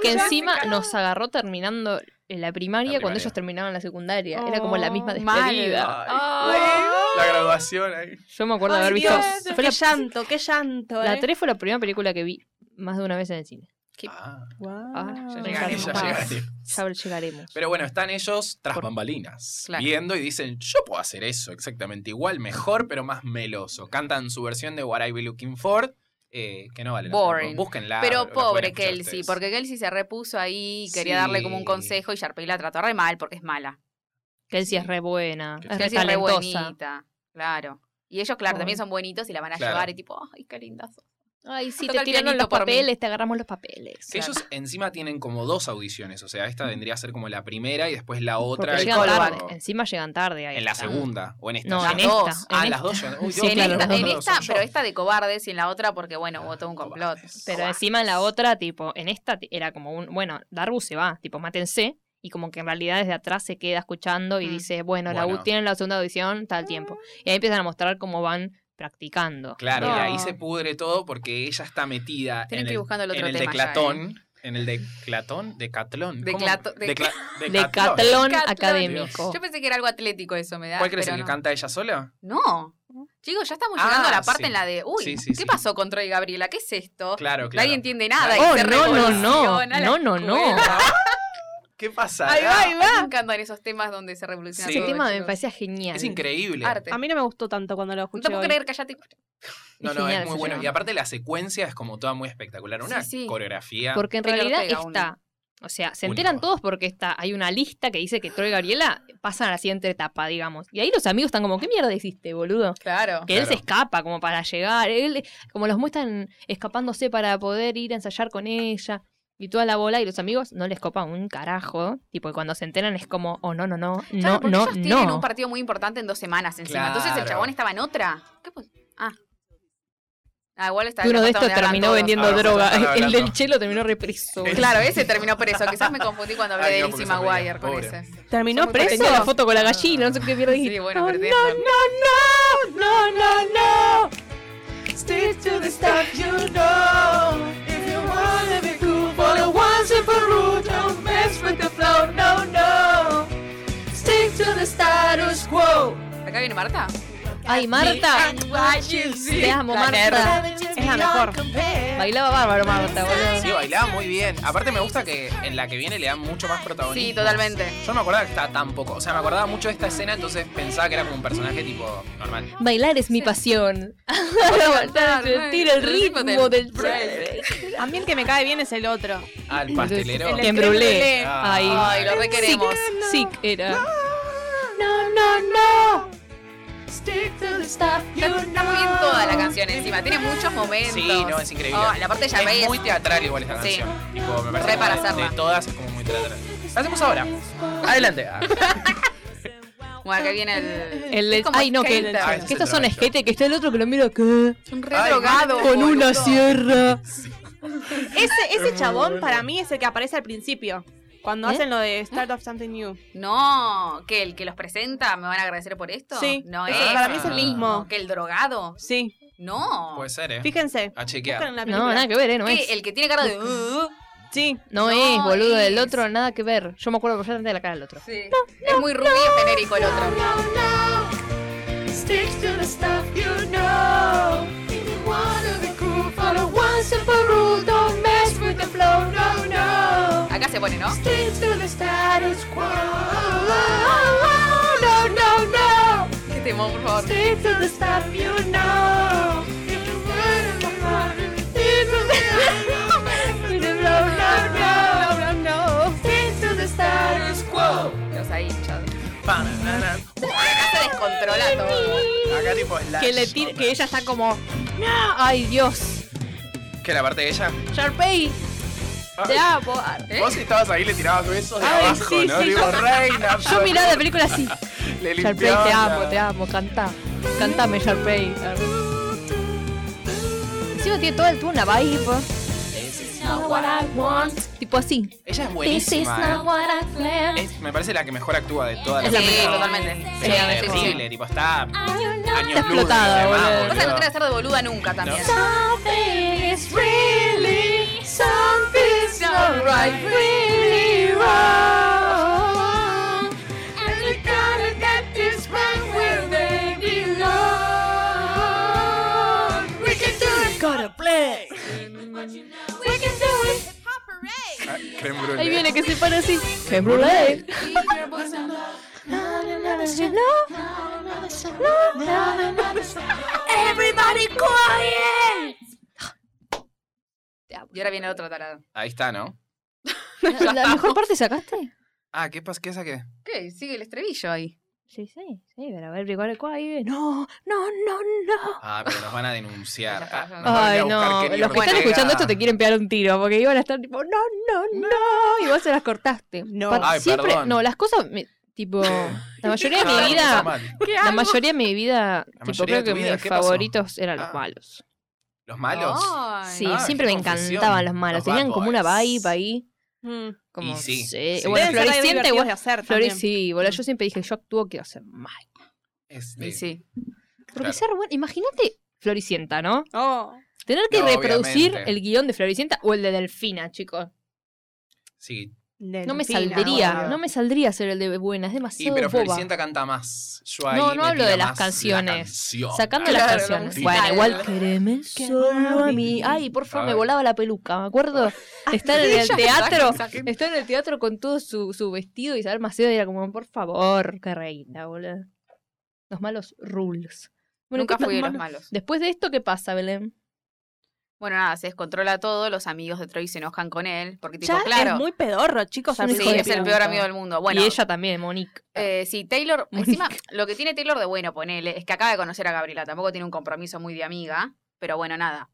Que encima nos agarró terminando en la primaria
La
cuando
primaria.
ellos terminaban la secundaria. Era como la misma
Oh,
despedida.
Ay,
Ay.
La graduación ahí.
Yo me acuerdo de haber
Ay,
visto.
Dios,
fue la,
qué llanto, qué llanto.
la
eh.
3 fue la primera película que vi más de una vez en el cine.
Sí.
Ah,
Wow.
Ahora ya
llegaremos.
ya
Capaz.
llegaré.
Ya llegaremos.
Pero bueno, están ellos tras
Por-
bambalinas,
Claro.
viendo y dicen, yo puedo hacer eso exactamente igual, mejor, pero más meloso. Cantan su versión de What I Be Looking For, eh, que no vale la
Boring.
pena. Búsquenla. la
Pero
pueden
pobre
escuchar
Kelsey,
ustedes.
porque Kelsey se repuso ahí, quería darle como un
Sí.
consejo y Sharpay la trató re mal porque es mala.
Kelsey es re buena.
Que
Es re
Kelsey es re
talentosa.
buenita, claro. Y ellos, claro,
Ay.
también son buenitos y la van a
Claro.
llevar y tipo, ay, qué linda sos".
Ay, sí,
Toca
te
el
tiraron
pianito
los
por mí.
papeles, te agarramos los papeles.
Que ellos encima tienen como dos audiciones, o sea, esta vendría a ser como la primera y después la otra
Porque
es
llegan
como-
tarde. Encima llegan tarde. ahí
en la
está.
segunda o en esta.
No,
ya.
en
Las
esta.
dos.
en
ah,
esta.
las dos. ya- Uy,
Sí,
Dios,
en
las
en
esta-
dos,
esta, en
las dos
esta,
son
pero
yo.
esta de cobardes y en la otra porque, bueno, hubo todo un complot.
Ah, Cobardes.
Pero encima en la otra, tipo, en esta ti- era como un, bueno, Darbus se va, tipo, mátense. Y como que en realidad desde atrás se queda escuchando y
Mm.
dice, bueno, la
Bueno.
U tienen la segunda audición, tal tiempo. Y ahí empiezan a mostrar cómo van practicando.
Claro,
No.
y ahí se pudre todo porque ella está metida
Tienen
en
que ir
el,
buscando el otro
en el
tema ya, ¿eh?
declatón. En el declatón, decatlón.
De
¿Cómo?
clato- de-
Decla- decatlón.
Decatlón
Decatlón.
académico.
Yo pensé que era algo atlético eso, me da.
¿Cuál crees
pero
el que
no.
canta ella sola?
No. Chicos, ya estamos
Ah,
llegando a la parte
sí.
en la de, uy,
Sí, sí,
¿qué
sí.
pasó con Troy y Gabriela? ¿Qué es esto?
Claro, claro.
Nadie entiende nada.
Claro.
Oh,
y se
no, no, no.
revoluciona la
No, no, no.
escuela.
¿Qué pasa? Ah,
Ahí va, ahí va. Me encantan esos temas donde se revoluciona
Sí.
Ese
todo,
tema me
chicos.
parecía genial.
Es increíble.
Arte.
A mí no me gustó tanto cuando lo
No
escuché.
te puedo
hoy.
creer, callate.
No, no,
Genial
es muy
ese
bueno.
tema.
Y aparte la secuencia es como toda muy espectacular. Una
Sí, sí.
coreografía.
Porque en
Taylor
realidad
Ortega,
está O sea, se
Único.
enteran todos porque está, hay una lista que dice que Troy y Gabriela pasan a la siguiente etapa, digamos. Y ahí los amigos están como, ¿qué mierda hiciste, boludo?
Claro.
Que él se
Claro.
escapa como para llegar, él como los muestran escapándose para poder ir a ensayar con ella y toda la bola y los amigos no les copan un carajo, tipo y cuando se enteran es como, oh no, no, no,
Claro,
no,
porque
no,
ellos tienen
no.
un partido muy importante en dos semanas encima.
Claro.
Entonces el chabón estaba en otra. ¿Qué pos- Ah. Ah, igual está
Y uno
el
de
costo donde
estos
hablan
terminó
todos.
vendiendo
Ahora vamos a estar
droga, el
hablando.
del chelo terminó represo.
Claro, ese terminó preso. Quizás me confundí cuando hablé
Ay,
de
no,
Lizzie
porque se
McGuire
reía,
con
pobre.
ese.
¿Terminó
Somos
preso?
Tenía la foto con la gallina, no sé qué mierda
Sí,
dijiste.
bueno,
Oh,
pero tiene-
no,
No, no, no, no.
Stick to the stuff you know. If you wanna be cool, follow one simple rule. Don't mess with the flow, no, no. Stick to the status quo.
¿Acá viene Marta?
Ay, Marta, te amo, Marta.
Es la mejor.
Bailaba bárbaro, Marta,
Sí,
boludo.
bailaba muy bien. Aparte me gusta que en la que viene le dan mucho más protagonismo.
Sí, totalmente.
Yo no me acordaba que estaba tan poco. O sea, me acordaba mucho de esta escena, entonces pensaba que era como un personaje tipo normal.
Bailar es mi pasión. Levantar, sentir el ritmo del break.
A mí el que me cae bien es el otro.
Ah, el pastelero.
El creme brûlée.
Ah.
Ay.
Ay, lo
Sick,
requeremos.
sick era.
No, no, no. Stick to the stuff you
Está
know.
está muy bien toda la canción encima. Tiene muchos momentos.
Sí, no, es increíble.
Oh, la parte de Yamei
es muy teatral igual esta
Sí.
canción. Tipo, me parece
Re
que
para
de-
hacerla.
de todas es como muy teatral. La hacemos ahora. Adelante. Ah.
Bueno, acá viene el.
El,
es como
ay, no, que,
skater.
Ah, ese
que estos son
trabajo.
skater, que está el otro que lo miro que
Es un re
Ay,
drogado.
con una
boludo.
sierra.
Ese, ese chabón para mí es el que aparece al principio. Cuando
¿Eh?
hacen lo de Start of Something New.
No, que el que los presenta me van a agradecer por esto.
Sí.
no es.
Pero para mí es el mismo.
Que el drogado.
Sí.
No.
Puede ser, eh.
Fíjense.
A
Buscan
chequear.
en la
No,
película.
nada que ver, ¿eh? No
Que
es.
el que tiene cara de.
Sí.
No,
No
es, boludo, el
es.
otro, nada que ver. Yo me acuerdo perfectamente de la cara del otro.
Sí. es muy rubio y genérico el otro.
No, no. Stick to the stuff you know. If you wanna be cool, follow one simple rule. Don't mess with the flow, no, no.
Acá se pone, ¿no?
Stick to the status quo. No, no, no.
Qué temor, por favor.
Stick to the stuff you know. If you wanna be cool, stick to the don't mess with the flow, no, no. Stick to the status quo.
Los ahí, chavos.
Pa, na, na, na.
Acá se descontrola todo.
Acá tipo es la
Que, le tire- que ella está como. "No, ¡Ay, Dios!
Que la parte de ella.
¡Sharpay!
Ah,
¡Te amo! ar-
¿Eh?
Vos si estabas ahí le tirabas besos de
Ay,
abajo,
sí,
¿no?
sí,
Digo,
yo-
reina.
Yo miraba la película así.
Le
Sharpay,
limpiaba
te
la-
amo, te amo, cantá. Cantame, Sharpay. Encima tiene toda, toda una vibe. Tipo así.
Ella es buenísima. eh. Es- me parece la que mejor actúa de todas
Es
las
la
Sí,
mejor.
totalmente.
Sí,
Sí, sí, sí.
terrible, tipo, está años luz de
explotada,
los demás,
boludo.
Pasa que no te vas a hacer de boluda nunca también.
Something is really, something's not right, really wrong. And we gotta get this right where they belong. We can do it. Gotta play. We can do it.
Ah, creme brulee.
Ahí viene que se para así. ¡Qué brulé!
Everybody quiet.
Y ahora viene el otro tarado.
Ahí está, ¿no?
¿La, la mejor parte sacaste?
Ah, ¿qué pasa? ¿Qué saqué?
¿Qué? Sigue el estribillo ahí.
Sí, sí, sí, pero a ver, igual ahí. No, no, no, no.
Ah, pero nos van a denunciar. Ah, nos van a ir
Ay,
a buscar
no.
Kenny
Los que están
Ortega.
escuchando esto te quieren pegar un tiro porque iban a estar tipo, no, no, no. Y vos se las cortaste.
No.
Pa-
Ay,
siempre,
perdón.
no, las cosas, me- tipo, la mayoría de
Ah,
mi
está
vida,
mal.
la mayoría de mi vida, tipo,
mayoría de
creo
tu
que
vida,
mis
¿qué pasó?
favoritos eran los
Ah.
malos.
¿Los malos?
Ay.
Sí,
Ah,
siempre
qué
me
confusión.
encantaban los malos.
Los
Tenían
Bad
como una
Boys.
vibe ahí.
Mm.
Como,
Y sí,
sé,
sí.
Deben ser
Bueno,
ahí
floreciente,
divertidos
igual.
de hacer
Flore-
también.
sí, boludo, yo siempre dije, yo actúo, quiero hacer mal.
Es de-
Y sí.
Porque
Claro.
ser bueno, imagínate Floricienta, ¿no?
Oh.
Tener que
No,
reproducir
obviamente.
el guión de Floricienta o el de Delfina, chicos.
sí.
No me
Delfina,
saldría,
boludo.
no me saldría ser el de buena, es
Y
demasiado
pero
boba.
Floricienta canta más. Yo ahí
No, no
metía
hablo de las
más
canciones.
la canción.
Sacando
Claro,
las
la
canciones.
música.
bueno,
musical.
igual quereme solo a mí. Ay, por favor, me
Ay.
volaba la peluca, me
Ah,
acuerdo. Estar en el teatro,
Exacto.
estar en el teatro con todo su, su vestido y saber Maceo y era como, por favor, qué reina, boludo. Los malos rules. Bueno,
Nunca
¿qué
fui de
tan
los
malos?
malos.
Después de esto, ¿qué pasa, Belén?
Bueno, nada, se descontrola todo, los amigos de Troy se enojan con él, porque tipo,
Ya
claro,
es muy pedorro, chicos. al
muy
sí,
hijo de
es el
puta.
peor amigo del mundo. Bueno,
y ella también, Monique.
eh, sí, Taylor,
Mónica.
encima, lo que tiene Taylor de bueno, ponele, es que acaba de conocer a Gabriela, tampoco tiene un compromiso muy de amiga, pero bueno, nada,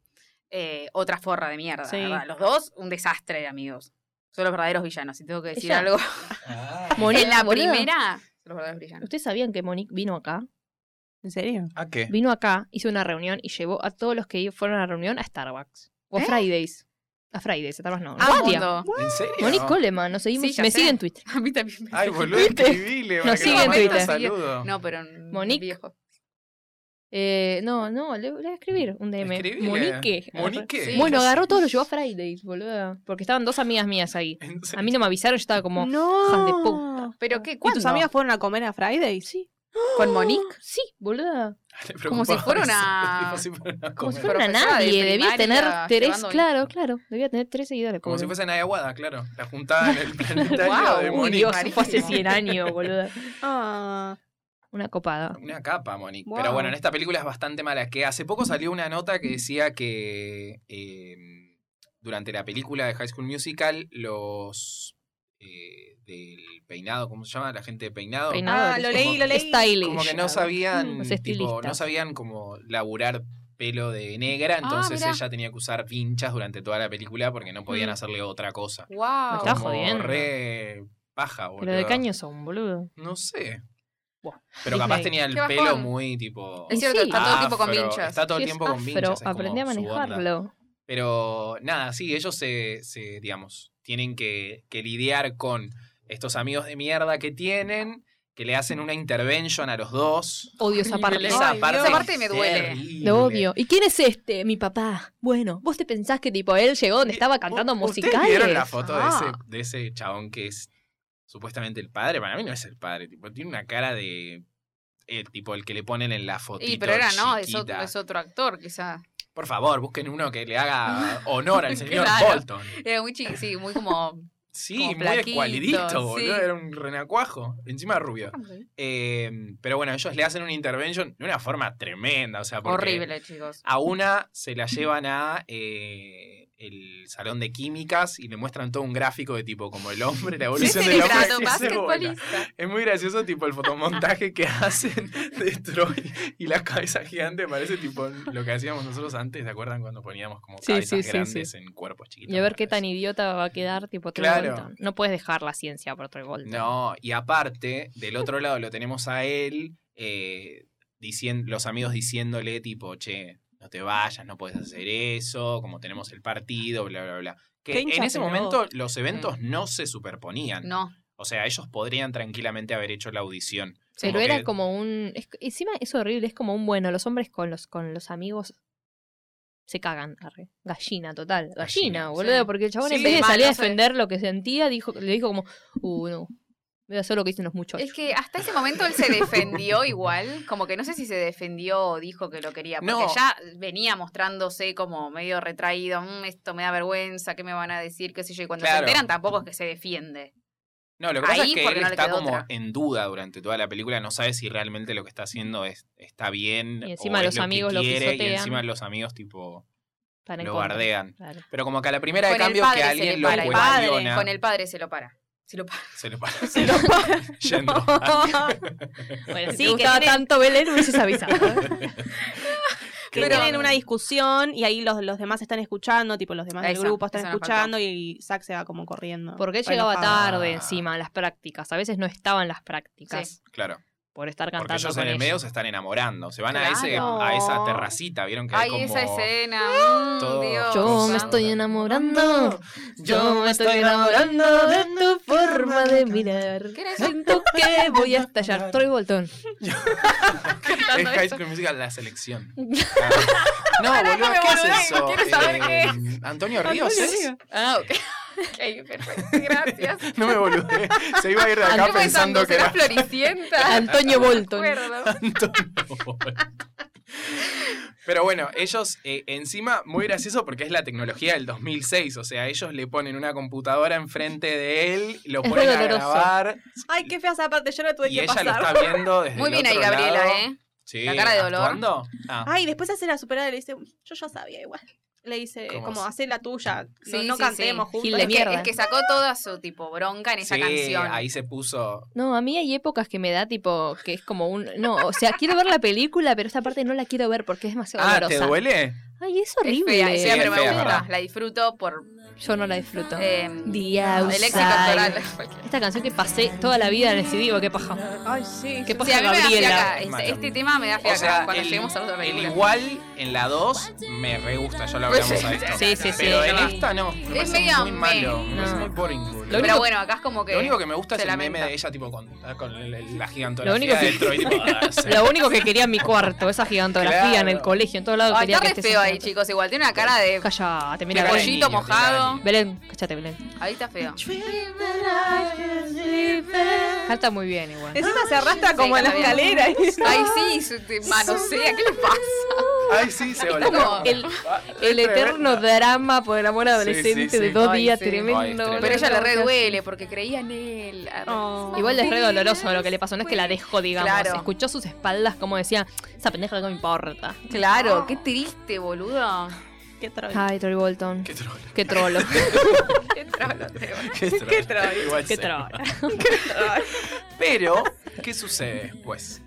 Eh, otra forra de mierda,
Sí.
la ¿verdad? Los dos, un desastre de amigos. Son los verdaderos villanos, si tengo que decir
Ella-
algo.
Monique,
en la
boluda.
primera, son los verdaderos villanos.
¿Ustedes sabían que Monique vino acá?
¿En serio?
¿A qué?
Vino acá, hizo una reunión y llevó a todos los que fueron a la reunión a Starbucks. O a
¿Eh?
Fridays. A Fridays, a Starbucks no.
Ah,
Hostia.
mundo.
¿En serio?
Monique Coleman, nos seguimos.
Sí, ya
me
sé.
sigue en Twitter.
A mí también me
Ay,
sigue.
boludo, escribile. para
Nos
que
sigue
le
en
mande un
Twitter.
saludo.
No, pero en
Monique.
viejo.
Eh, no, no, le le voy a escribir un DM.
Escribile.
Monique.
Monique.
Sí.
Bueno, agarró todo, lo llevó a Fridays, boludo. Porque estaban dos amigas mías ahí.
En serio.
A mí no me avisaron, yo estaba como.
no.
hijas de puta.
¿Pero qué?
Mm, ¿Y
¿Cuándo?
tus amigas fueron a comer a Friday?
Sí.
¿Con Monique?
Ah, Sí, boluda.
Le
Como si
preocupaba
fuera
eso,
una-
tipo, si fuera una
Como si
comer.
fuera una
Profesora de
nadie. Debía tener
primaria
tres.
llevando-
Claro, claro. Debía tener tres seguidores.
Como si
pobre.
fuese en Ayahuada, claro. La juntada en el planetario
Guau,
de
uy,
Uy,
Monique.
Dios,
Monique,
fue hace
malísimo.
100 años, boluda.
Ah.
Una copada.
Una capa, Monique.
Wow.
Pero bueno, en esta película es bastante mala. Que hace poco salió una nota que decía que eh, durante la película de High School Musical, los eh, del peinado, ¿cómo se llama? La gente de peinado.
Peinado.
Ah, lo leí, lo leí.
Stylish.
Como que no sabían, tipo,
Los
no
estilistas. Ah,
sabían como laburar pelo de negra, entonces
mirá.
ella tenía que usar pinchas durante toda la película porque no podían
Mm.
hacerle otra cosa.
¡Wow!
Me está
Como
jodiendo.
Re paja, boludo.
Pero de caño son, boludo.
No sé.
Buah.
Pero capaz
Disney.
tenía el
Qué bajón.
pelo muy tipo.
Es cierto,
Sí.
está todo el tiempo con
afro,
vinchas.
Ah, Está todo el
Si es
tiempo con
afro,
vinchas. es como
aprendí a
su onda.
manejarlo.
Pero nada, sí, ellos se, se, digamos, tienen que, que lidiar con estos amigos de mierda que tienen, que le hacen una intervention a los dos.
Odio esa parte.
Horrible.
Esa,
Ay,
parte
Dios. Esa parte me duele.
terrible.
Lo odio. ¿Y quién es este? Mi papá. Bueno, ¿vos te pensás que tipo él llegó donde estaba cantando
Eh, ¿Ustedes
musicales?
¿Vieron la foto de,
Ah.
ese, de ese chabón que es supuestamente el padre? Para mí no es el padre, tipo, tiene una cara de. El tipo, el que le ponen en la fotito
Y pero era, no, es
chiquita.
otro, es otro actor, quizá.
Por favor, busquen uno que le haga honor al señor
Claro.
Bolton.
Era muy chiqui, sí, muy como.
Sí,
Como
muy
flaquito,
escualidito,
sí. Ah,
boludo. Era un renacuajo. Encima rubio. Eh, pero bueno, ellos le hacen una intervention de una forma tremenda. O sea, porque
Horrible, chicos.
A una se la llevan a eh, el salón de químicas y le muestran todo un gráfico de tipo como el hombre, la evolución del hombre.
Celebrado,
que se vuela.
basquetbolista.
Es muy gracioso, tipo, el fotomontaje que hacen de Troy y la cabeza gigante parece tipo lo que hacíamos nosotros antes, ¿se acuerdan? Cuando poníamos como
Sí,
cabezas
sí, sí,
grandes en cuerpos chiquitos.
Y a ver
me
qué tan
parece.
idiota va a quedar, tipo, Troy
Claro.
Bolton. No puedes dejar la ciencia por Troy Bolton.
No, y aparte, del otro lado lo tenemos a él, eh, dicien- los amigos diciéndole tipo, che, no te vayas, no puedes hacer eso, como tenemos el partido, bla, bla, bla.
Qué
Que en
hinchas
ese
de
momento los eventos
Mm.
no se superponían.
No.
O sea, ellos podrían tranquilamente haber hecho la audición.
Pero
Como
era
que-
como un. es- encima es horrible, es como un bueno. Los hombres con los, con los amigos se cagan. arre. Gallina, total. Gallina,
Gallina,
boludo.
sí.
Porque el chabón
Sí,
en vez de
mal,
salir a
no sé.
defender lo que sentía, dijo, le dijo como, uh, no. Voy a hacer lo que dicen los muchachos.
Es que hasta ese momento él se defendió igual, como que no sé si se defendió o dijo que lo quería, porque
No.
ya venía mostrándose como medio retraído, "Mm, esto me da vergüenza, ¿qué me van a decir? qué sé yo, y cuando se
Claro.
enteran tampoco es que se defiende.
No, lo que pasa
Ahí
es que
porque
él
no le
está
quedó
como
otra.
en duda durante toda la película, no sabe si realmente lo que está haciendo es, está bien.
Y encima
o es
los amigos
lo
lo
que quiere, Y
pisotean.
encima los amigos tipo
Están en
lo
contra.
bardean.
Claro.
Pero como que a la primera de
con el
cambio
padre
que
se
alguien
le
lo
para, el
padre,
cuestiona,
con el padre se lo para. Se lo para.
se lo para.
Se lo pa-
Yendo.
Bueno, si
Sí,
te
que
gustaba
tienen-
tanto Belén, hubieses avisado.
que
Pero-
tienen una discusión y ahí los, los demás están escuchando, tipo los demás del
Esa,
grupo están
esa nos faltó.
escuchando y, Zack se va como corriendo.
Porque él
Bueno,
llegaba
pa-
tarde encima a las prácticas. A veces no estaban las prácticas
Sí.
Claro.
por estar
Porque
cantando
ellos
con
en el
ella.
medio se están enamorando. Se van a, ese,
Claro.
a esa terracita. Vieron que hay
Ay,
como.
esa escena. mm,
todo-
Dios.
Yo
Cosa.
me estoy enamorando, yo me estoy enamorando de tu forma de mirar.
¿Qué era eso?
Siento que voy a estallar. Troy Bolton.
Es
Cantando
High
eso.
School Musical, la selección. Ah. No, boludo,
me
¿qué es
boludeen,
eso? Eh,
quiero saber qué
Antonio
Antonio
Ríos. ¿es?
Ríos.
Ah, ok. Ok, perfecto. Gracias.
No me boludeé. Se iba a ir de acá
Yo
pensando que era
¿será Floricienta?
Antonio Bolton.
No me acuerdo.
Pero bueno, ellos, eh, encima, muy gracioso porque es la tecnología del 2006. O sea, ellos le ponen una computadora enfrente de él, lo
Es
ponen a
doloroso.
grabar
Ay, qué fea esa parte, yo la tuve
y
que
ella
pasar.
lo está viendo desde
Muy
el
bien ahí,
otro
Gabriela,
lado.
¿eh?
Sí,
La cara de dolor.
¿actuando? Ah,
Ay, después hace la superada y le dice, yo ya sabía igual. le dice,
¿Cómo
como,
se-
hacer la tuya. No-
Sí,
no
sí,
cantemos
sí.
Gil
juntos.
de
Es que,
mierda.
es que sacó toda su tipo bronca en esa
Sí,
canción.
ahí se puso.
No, a mí hay épocas que me da tipo que es como un no, o sea, quiero ver la película, pero esta parte no la quiero ver porque es demasiado
Ah, ¿te
dolorosa.
duele?
Ay, es
Es
horrible.
fea, es fea,
Sí,
pero
es fea,
me gusta.
¿verdad?
La disfruto por
Yo no la disfruto.
eh,
The
el éxito
Outside.
total.
Esta canción que pasé toda la vida en el CD, digo, qué paja.
Ay, sí.
Qué
Sí,
paja
a mí me da
Gabriela.
fiaca.
Es
Este-
malo.
Este, tema me da fiaca
O sea,
cuando
el-
lleguemos a otra
El
película.
igual en la 2 me re gusta, ya lo hablamos a esto.
Pues Sí, sí, sí.
Pero en esta no, me parece
medio
muy
meh.
malo, me
No.
parece muy boring. boludo.
Lo
Pero
único-
bueno, acá es como que.
Lo único que me gusta es
se
el
lamenta.
meme de ella tipo con, ah, con el- el- la
Lo
gigantografía
único que-
adentro y tipo... ah, sí.
Lo único que quería en mi cuarto, esa gigantografía en el
Claro.
colegio, en todos lados
Ay,
quería
está
que
re
estés
feo ahí,
haciendo-
chicos. Igual tiene una cara de,
Callate,
de
mira,
Cara de
Belén.
niño,
pollito
tiene cara de
mojado.
niño.
Belén, callate, Belén.
Ahí está feo.
Canta muy bien igual.
Encima se arrastra
Sí,
como en la
Gabriela.
escalera.
Ay, sí, su- te manosea. ¿Qué le pasa?
Ay, sí, se volvió.
como el-
Ah,
El
es
eterno
tremendo.
drama por el amor adolescente
adolescente Sí, sí, sí.
de
de
dos
dos
Ay,
días,
días, sí.
tremendo.
tremendo, Ay, es tremendo.
Pero ella le re duele porque creía en él. Arre.
Oh.
Igual les re doloroso lo que le pasó, no es que la dejó, digamos.
Claro.
Escuchó sus espaldas como decía, esa pendeja que me importa.
Claro, qué triste, boludo.
Qué troll.
Ay, Troy Bolton.
Qué troll.
Qué trolo.
Qué trolo, te voy.
Qué troll.
Qué troll.
Igual
Qué
sí.
troll.
Pero, ¿qué sucede después?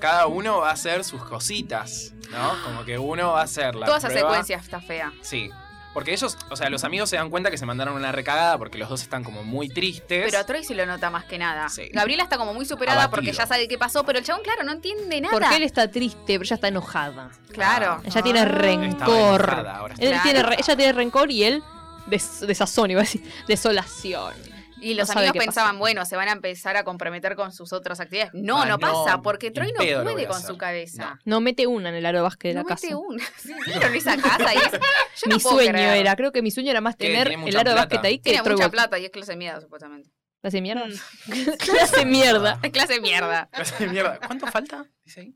Cada uno va a hacer sus cositas, ¿no? Como que uno va a hacer la
Toda esa
prueba.
secuencia está fea.
Sí. Porque ellos, o sea, los amigos se dan cuenta que se mandaron una recagada porque los dos están como muy tristes.
Pero a Troy se lo nota más que nada.
Sí.
Gabriela está como muy superada
Abatido.
porque ya sabe qué pasó, pero el chabón, claro, no entiende nada.
Porque él está triste, pero ella está enojada.
Claro.
Ella tiene
Estaba
rencor.
enojada, ahora está-
Él
Claro.
tiene re- ella tiene rencor y él des- desazón, iba a decir, desolación.
Y los
No sabe
amigos
qué pasa.
pensaban, bueno, se van a empezar a comprometer con sus otras actividades. No,
Ah,
no,
no,
pasa, porque
ni
Troy no
pedo lo voy
puede
a
con
hacer.
su cabeza.
No mete una en el aro de básquet de
No
la casa.
mete una. Sí, Vieron esa casa y es. Yo no
Mi
puedo
sueño
creer.
era, creo que mi sueño era más
Que
tener
tiene
el
mucha
aro de
plata.
básquet ahí que
Tiene
Troy
mucha
Bolton.
plata y es clase de mierda, supuestamente.
¿Clase de
Mm,
mierda? Clase de mierda.
Es clase de mierda.
Clase de mierda. ¿Cuánto falta? Dice ahí.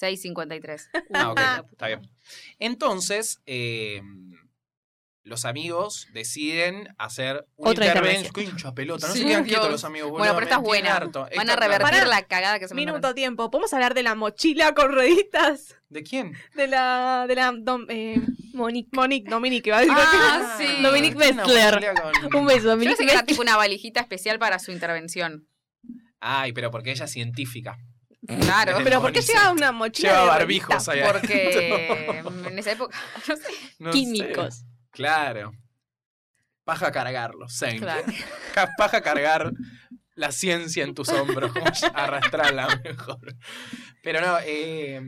6.53.
Ah, ok, está bien. Entonces, eh, los amigos deciden hacer una
Otra
intervención.
intervención.
Qué hincha pelota, no
Sí,
se quedan
Dios.
quietos los amigos.
Bueno, pero esta es buena. Van a revertir
Pará.
la cagada que se mandaron.
Minuto tiempo. ¿Podemos hablar de la mochila con rueditas?
¿De quién?
De la. De la. dom- eh,
Monique.
Monique, Dominique, va a decir.
Ah, sí.
Dominique Bessler. Un beso,
Yo
Dominique.
pensé que era tipo una valijita especial para su intervención.
Ay, pero porque ella es científica.
Claro.
Pero ¿por qué
Bonnie,
lleva
sí.
una mochila?
Lleva
de
barbijos ah,
rueditas?
allá.
Porque en esa época, no sé.
No sé.
Químicos.
Claro. Paja cargarlo, same.
Claro.
Ca- Paja cargar la ciencia en tus hombros, como ya, arrastrarla mejor. Pero no, eh,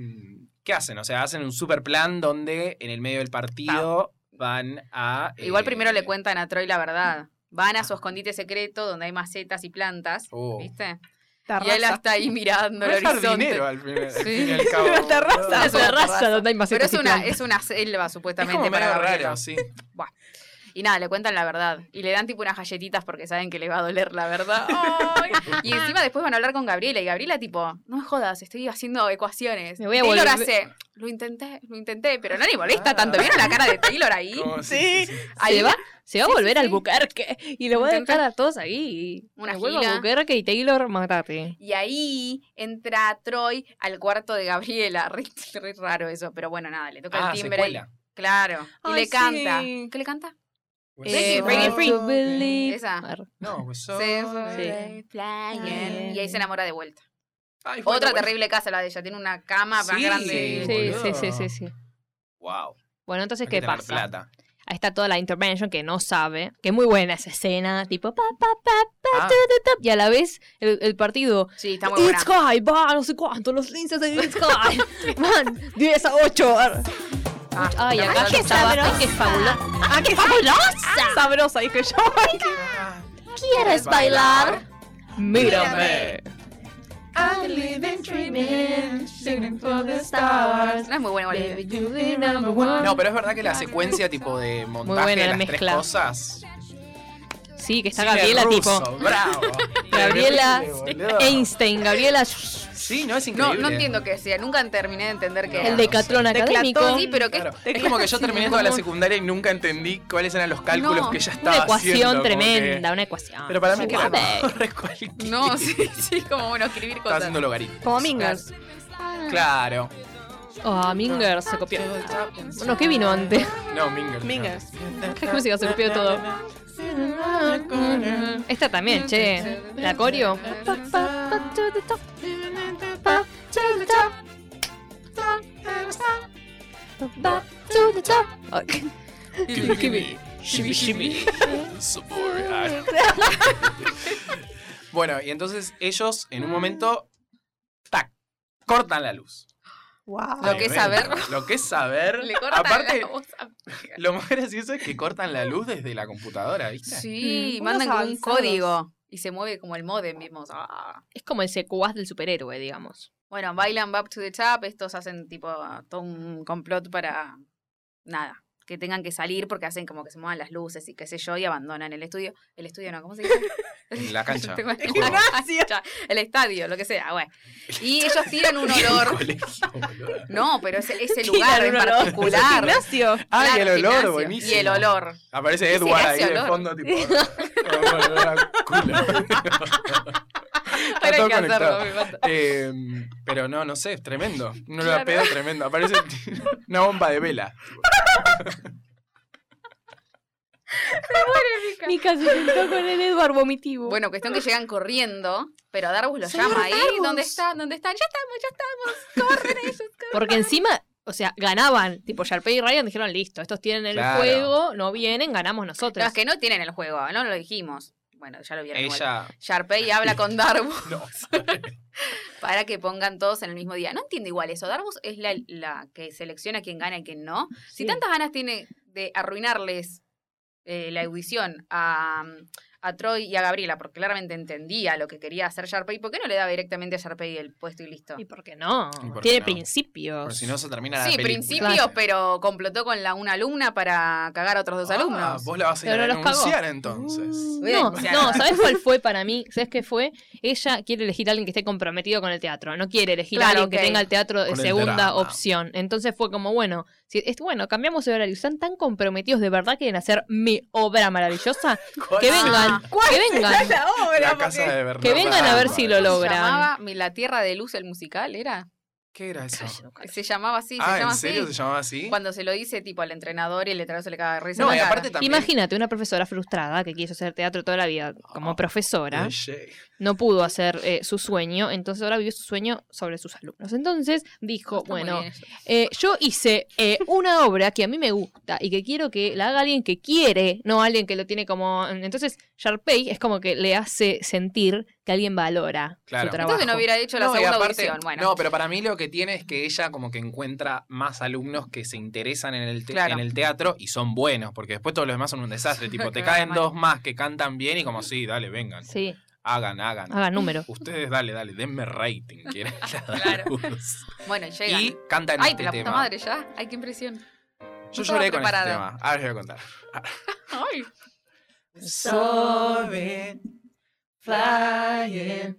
¿qué hacen? O sea, hacen un super plan donde en el medio del partido van a... eh,
Igual primero le cuentan a Troy la verdad. Van a su escondite secreto donde hay macetas y plantas.
Oh.
¿Viste? Y
Terraza.
él está ahí mirando
No
el
es
horizonte.
jardinero al, primer,
Sí.
al fin y al cabo.
Una terraza.
boludo.
Ah,
Es
Es
Es
una
una
raza
raza.
donde hay
Pero
macetas
es
y
una,
plantas.
es una selva, supuestamente,
como
para
medio
Gabriela.
raro, sí.
Y nada, le cuentan la verdad. Y le dan tipo unas galletitas porque saben que le va a doler la verdad. Ay. Y encima después van a hablar con Gabriela. Y Gabriela, tipo, no me jodas, estoy haciendo ecuaciones.
Me voy a
Taylor
volver-
hace, lo intenté, lo intenté, pero no le molesta
Ah.
tanto. ¿Vieron la cara de Taylor ahí?
Como-
Sí.
Se
Ahí
va, se va a
Sí, sí,
volver al
sí.
Buquerque y lo va a
Intenta-
dejar a todos ahí.
Una
Me vuelvo
gira.
a Buquerque y Taylor, matate.
Y ahí entra Troy al cuarto de Gabriela. Re, re raro eso, pero bueno, nada, le toca
Ah,
el timbre.
secuela.
Claro. Y
Ay,
le
sí.
canta. ¿Qué le canta?
Eh,
Break it
hard
free.
to believe.
Esa.
Mar-
No, pues
Se
Sí.
fue flying. Y ahí se enamora de vuelta.
Ay, bueno,
Otra
bueno.
terrible casa la de ella. Tiene una cama más
Sí.
grande.
Sí, sí,
boludo.
sí, sí, sí.
Wow.
Bueno, entonces,
hay que
¿qué
tener
pasa?
plata.
Ahí está toda la intervention que no sabe, que es muy buena esa escena, tipo pa, pa, pa,
Ah,
ta, y a la vez el, el partido.
Sí, está muy buena.
It's high, va, no sé cuánto, los linces de It's high. Van, 10 a 8.
Ah,
Ay,
está
acá
muy
ya
buena.
estaba, ay, qué fabulosa. ¡Ah, qué fabulosa!
Sabrosa, dije yo.
ah.
¿Quieres bailar? Mírame.
I'm living dreaming, singing for the stars.
No es muy buena, igual.
You be number one.
No, pero es verdad que la secuencia tipo de montaje
buena
de
la
las tres
mezcla.
cosas.
Sí, que está
cine
Gabriela,
ruso,
tipo.
Bravo.
Gabriela E
Increíble, boludo.
Einstein, Gabriela.
Sí, no es
No,
increíble.
no entiendo qué decía. Nunca terminé de entender qué
No,
El
era.
decatrón
sé.
académico.
Declatón.
Sí, pero qué
Claro. Es como que yo terminé toda la secundaria y nunca entendí cuáles eran los cálculos
No,
que ella
Una
estaba
ecuación
haciendo. como que-
tremenda, una ecuación.
Pero para mí que
Suave.
No, sí, sí, como bueno, escribir
Estaba
cosas.
haciendo logaritmos.
Como Mingers.
Claro.
Ah, Mingers se copió. Bueno, ¿qué vino antes?
No, Mingers.
Mingers.
¿Qué música se copió todo? Esta también, che. La coreo. Ok.
Gimme, gimme, shimmy, shimmy. Sabor. Ah. bueno, y entonces ellos en un momento. ¡Tac! Cortan la luz.
Wow.
Lo que es saber.
Lo que es saber.
Le cortan
Aparte,
la voz a-
lo más gracioso es que cortan la luz desde la computadora, ¿viste?
Sí,
Mm,
mandan
unos
como un
avanzados.
código y se mueve como el modem, vimos. Ah.
Es como el secuaz del superhéroe, digamos.
Bueno, bailan Back to the Top, estos hacen tipo todo un complot para nada, que tengan que salir porque hacen como que se muevan las luces y qué sé yo y abandonan el estudio. El estudio no, ¿cómo se dice?
En la cancha.
Tengo-
El
gimnasio.
cancha, el estadio, lo que sea, bueno. Y ellos tiran un
El
olor.
colegio, boludo.
No, pero ese, ese
Tiran
lugar en
un olor.
particular.
Ignacio.
Ah, y el
Claro,
olor,
gimnasio.
buenísimo.
Y el olor.
Aparece
Sí,
Edward ahí
hace
de
olor.
fondo, tipo. "Oh, Culo.
Pero hay
todo
que
conectado.
hacerlo, me encanta.
Eh, pero no, no sé, es tremendo. No la
Claro.
pedo tremendo. Aparece una bomba de vela.
Nica se sentó con el Edward vomitivo.
Bueno, cuestión que llegan corriendo, pero Darbus los
Señor
llama ahí.
Darbus.
¿Dónde están? ¿Dónde están? Ya estamos, ya estamos. Corren ellos, corren.
Porque encima, o sea, ganaban. Tipo, Sharpay y Ryan dijeron, listo, estos tienen el
Claro.
juego, no vienen, ganamos
No,
nosotros.
es que no tienen el juego, no lo dijimos. Bueno, ya lo vieron. igual.
Ella.
Sharpay habla con Darbus
No.
para que pongan todos en el mismo día. No entiendo igual eso. Darbus es la, la que selecciona quién gana y quién no. Si
Sí.
tantas ganas tiene de arruinarles eh, la audición a, a Troy y a Gabriela, porque claramente entendía lo que quería hacer Sharpay, ¿por qué no le daba directamente a Sharpay el puesto y listo?
¿Y por qué no?
¿Y por qué
Tiene
no?
principios.
Por si no se termina la
Sí,
película.
principios, pero complotó con la una alumna para cagar a otros dos
Ah,
alumnos.
Vos la vas a ir
Pero
a
los cagó.
denunciar entonces.
Voy a
No,
denunciar.
no, ¿sabes cuál fue para mí? ¿Sabes qué fue? Ella quiere elegir a alguien que esté comprometido con el teatro. No quiere elegir a
Claro,
alguien
ok.
que tenga el teatro de
Con el
segunda
drama.
opción. Entonces fue como, bueno, si, es, bueno, cambiamos el horario. Están tan comprometidos, de verdad quieren hacer mi obra maravillosa. Que vengan, que vengan,
La obra,
La casa
porque-
de Bernardo
que vengan a ver
Álvarez.
si lo
Se
logran.
llamaba Mi- La Tierra de Luz, el musical, ¿era?
¿Qué era eso?
Se llamaba así, se
ah,
llama
¿en serio
así.
se llamaba así?
Cuando se lo dice tipo al entrenador y el entrenador se le caga de risa.
No, y
en la cara.
aparte también.
Imagínate una profesora frustrada que quiso hacer teatro toda la vida como
Ah,
profesora,
Oye,
no pudo hacer eh, su sueño, entonces ahora vivió su sueño sobre sus alumnos. Entonces dijo,
Está muy
bueno,
bien eso.
Eh, yo hice eh, una obra que a mí me gusta y que quiero que la haga alguien que quiere, no alguien que lo tiene como. Entonces, Sharpay es como que le hace sentir que alguien valora
Claro.
su trabajo.
Entonces no hubiera hecho la
No, y
segunda
aparte-
audición. Bueno,
No, pero para mí lo que tiene es que ella como que encuentra más alumnos que se interesan en el, te-
Claro.
en el teatro y son buenos, porque después todos los demás son un desastre. Tipo, te
Claro,
caen
mal.
dos más que cantan bien y como, sí, dale, vengan.
Sí, Ah.
Hagan, hagan.
haga número.
Ustedes dale, dale, denme rating, que era la
Claro.
luz.
bueno, llegan.
Y cantan
Ay,
este
la
tema.
puta madre, ya. Ay, qué impresión.
Yo
estaba
lloré con este
preparada.
tema. Ahora les voy a contar.
Ay.
Soaring, flying.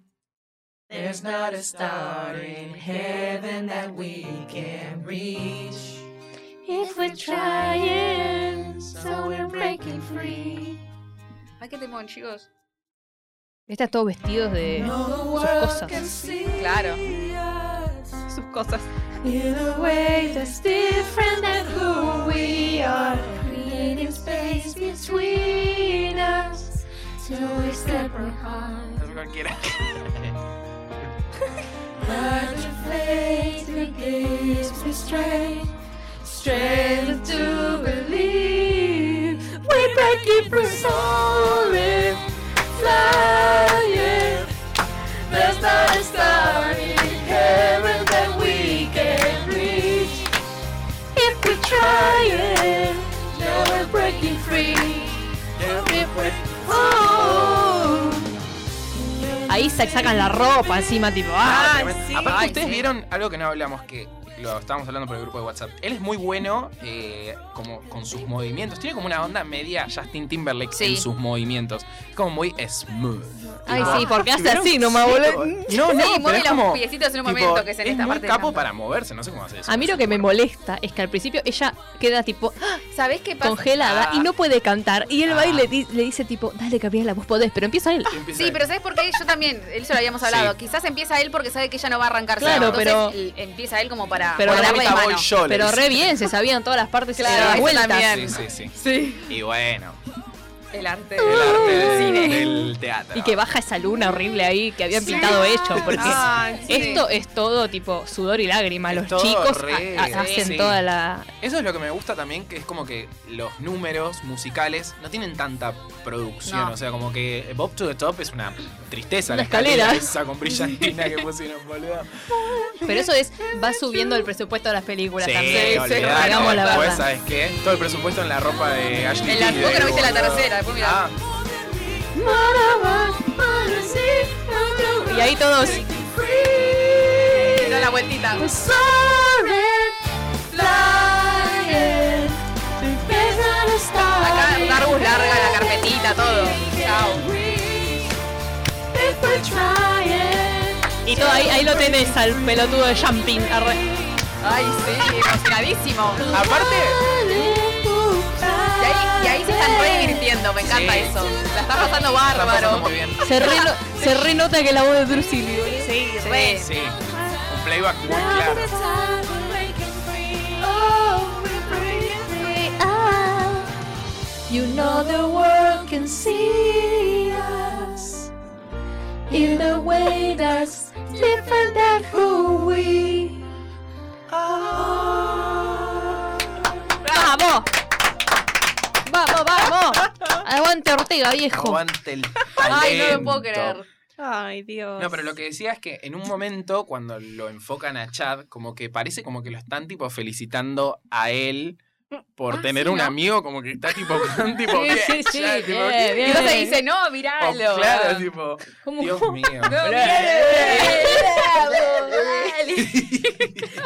There's not a star in heaven that we can reach. If we're trying, so we're breaking free.
Ay, qué temón, chicos.
Está todo vestidos de
No
sus
world can
cosas.
see
Claro.
us
sus cosas.
in a way that's different than who we are. Creating space between us till we step apart.
Es cualquiera.
But the faith that gives me strength, strength to believe. We're breaking through solid, flying. There's not a star in heaven that we can reach. If we try it, then we're breaking free. If we oh,
Ahí sa- sacan la ropa encima, tipo, ¡ah!
sí.
Aparte,
Ay,
ustedes
sí.
vieron algo que no hablamos, que lo estábamos hablando por el grupo de WhatsApp. Él es muy bueno eh, como con sus movimientos. Tiene como una onda media Justin Timberlake
Sí.
en sus movimientos. Es como muy smooth.
Ay,
Ah, Tipo,
sí, porque hace
¿vieron?
así nomás,
Sí,
boludo.
No, no,
sí,
pero
mueve
es
los
como...
piecitos en un
tipo,
momento que es en
es
esta
muy
parte.
capo para moverse, no sé cómo hace eso.
A mí lo que me
molesta
molesta es que al principio ella queda tipo
¿Sabés qué pasa?
congelada y no puede cantar. Y el
Ah.
baile di- le dice tipo, dale Gabriela, vos podés, pero empieza él.
Sí, pero ¿sabes por qué? Yo también, él se lo habíamos hablado.
Sí.
Quizás empieza él porque sabe que ella no va a arrancarse.
Claro,
Entonces,
pero-
l- Empieza él como para para,
Pero
para
la
darle
mitad
mano.
voy yo. le
Pero
dice.
re bien, se sabían todas las partes
Claro,
y las
eso
vueltas.
también.
Sí, sí, sí.
Sí.
Y bueno,
El arte.
el arte del,
cine.
del teatro.
Y que baja esa luna horrible ahí que habían
Sí.
pintado ellos. Porque
Ay, sí.
esto es todo tipo sudor y lágrima.
Es
Los
todo
chicos
re,
ha- ha- hacen
sí.
toda la.
Eso es lo que me gusta también, que es como que los números musicales no tienen tanta producción.
No.
O sea, como que Bob to the Top es una tristeza.
Una
la escalera.
escalera.
esa con brillantina que pusieron, boludo.
Pero eso es, va subiendo el presupuesto de las películas
Sí,
también.
olvidate,
Hagamos la
después,
verdad.
¿sabes qué? Todo el presupuesto en la ropa de Ashley
En la-
Tisdale,
vos que no viste la
boludo.
tercera, después mirá.
Ah,
Y ahí todos.
Da la vueltita. Acá Dargus larga la carpetita, todo. Chao.
Y todo ahí, ahí lo tenés al pelotudo de Jumping. arre.
Ay, sí, emocionadísimo.
aparte,
Y ahí, y ahí se están re divirtiendo, me encanta
Sí.
eso. La está pasando
está pasando
bárbaro.
muy bien.
Se, re, se renota que la voz de Drusili. boludo.
Sí,
Re.
Sí, un playback muy claro.
You know the world can see us in a way that's different than who we are.
¡Vamos! ¡Vamos, vamos! Aguante Ortega, viejo.
Aguante el
Ay, no lo puedo
talento.
creer.
Ay, Dios.
No, pero lo que decía es que en un momento, cuando lo enfocan a Chad, como que parece como que lo están tipo felicitando a él por
Ah,
tener
sí,
un
¿no?
amigo, como que está tipo, tipo
Sí,
bien,
sí, sí,
Chad, tipo,
bien,
bien.
Y
bien.
entonces dice, no,
Oh,
miralo.
claro, tipo,
¿Cómo?
Dios mío.
No, miralo.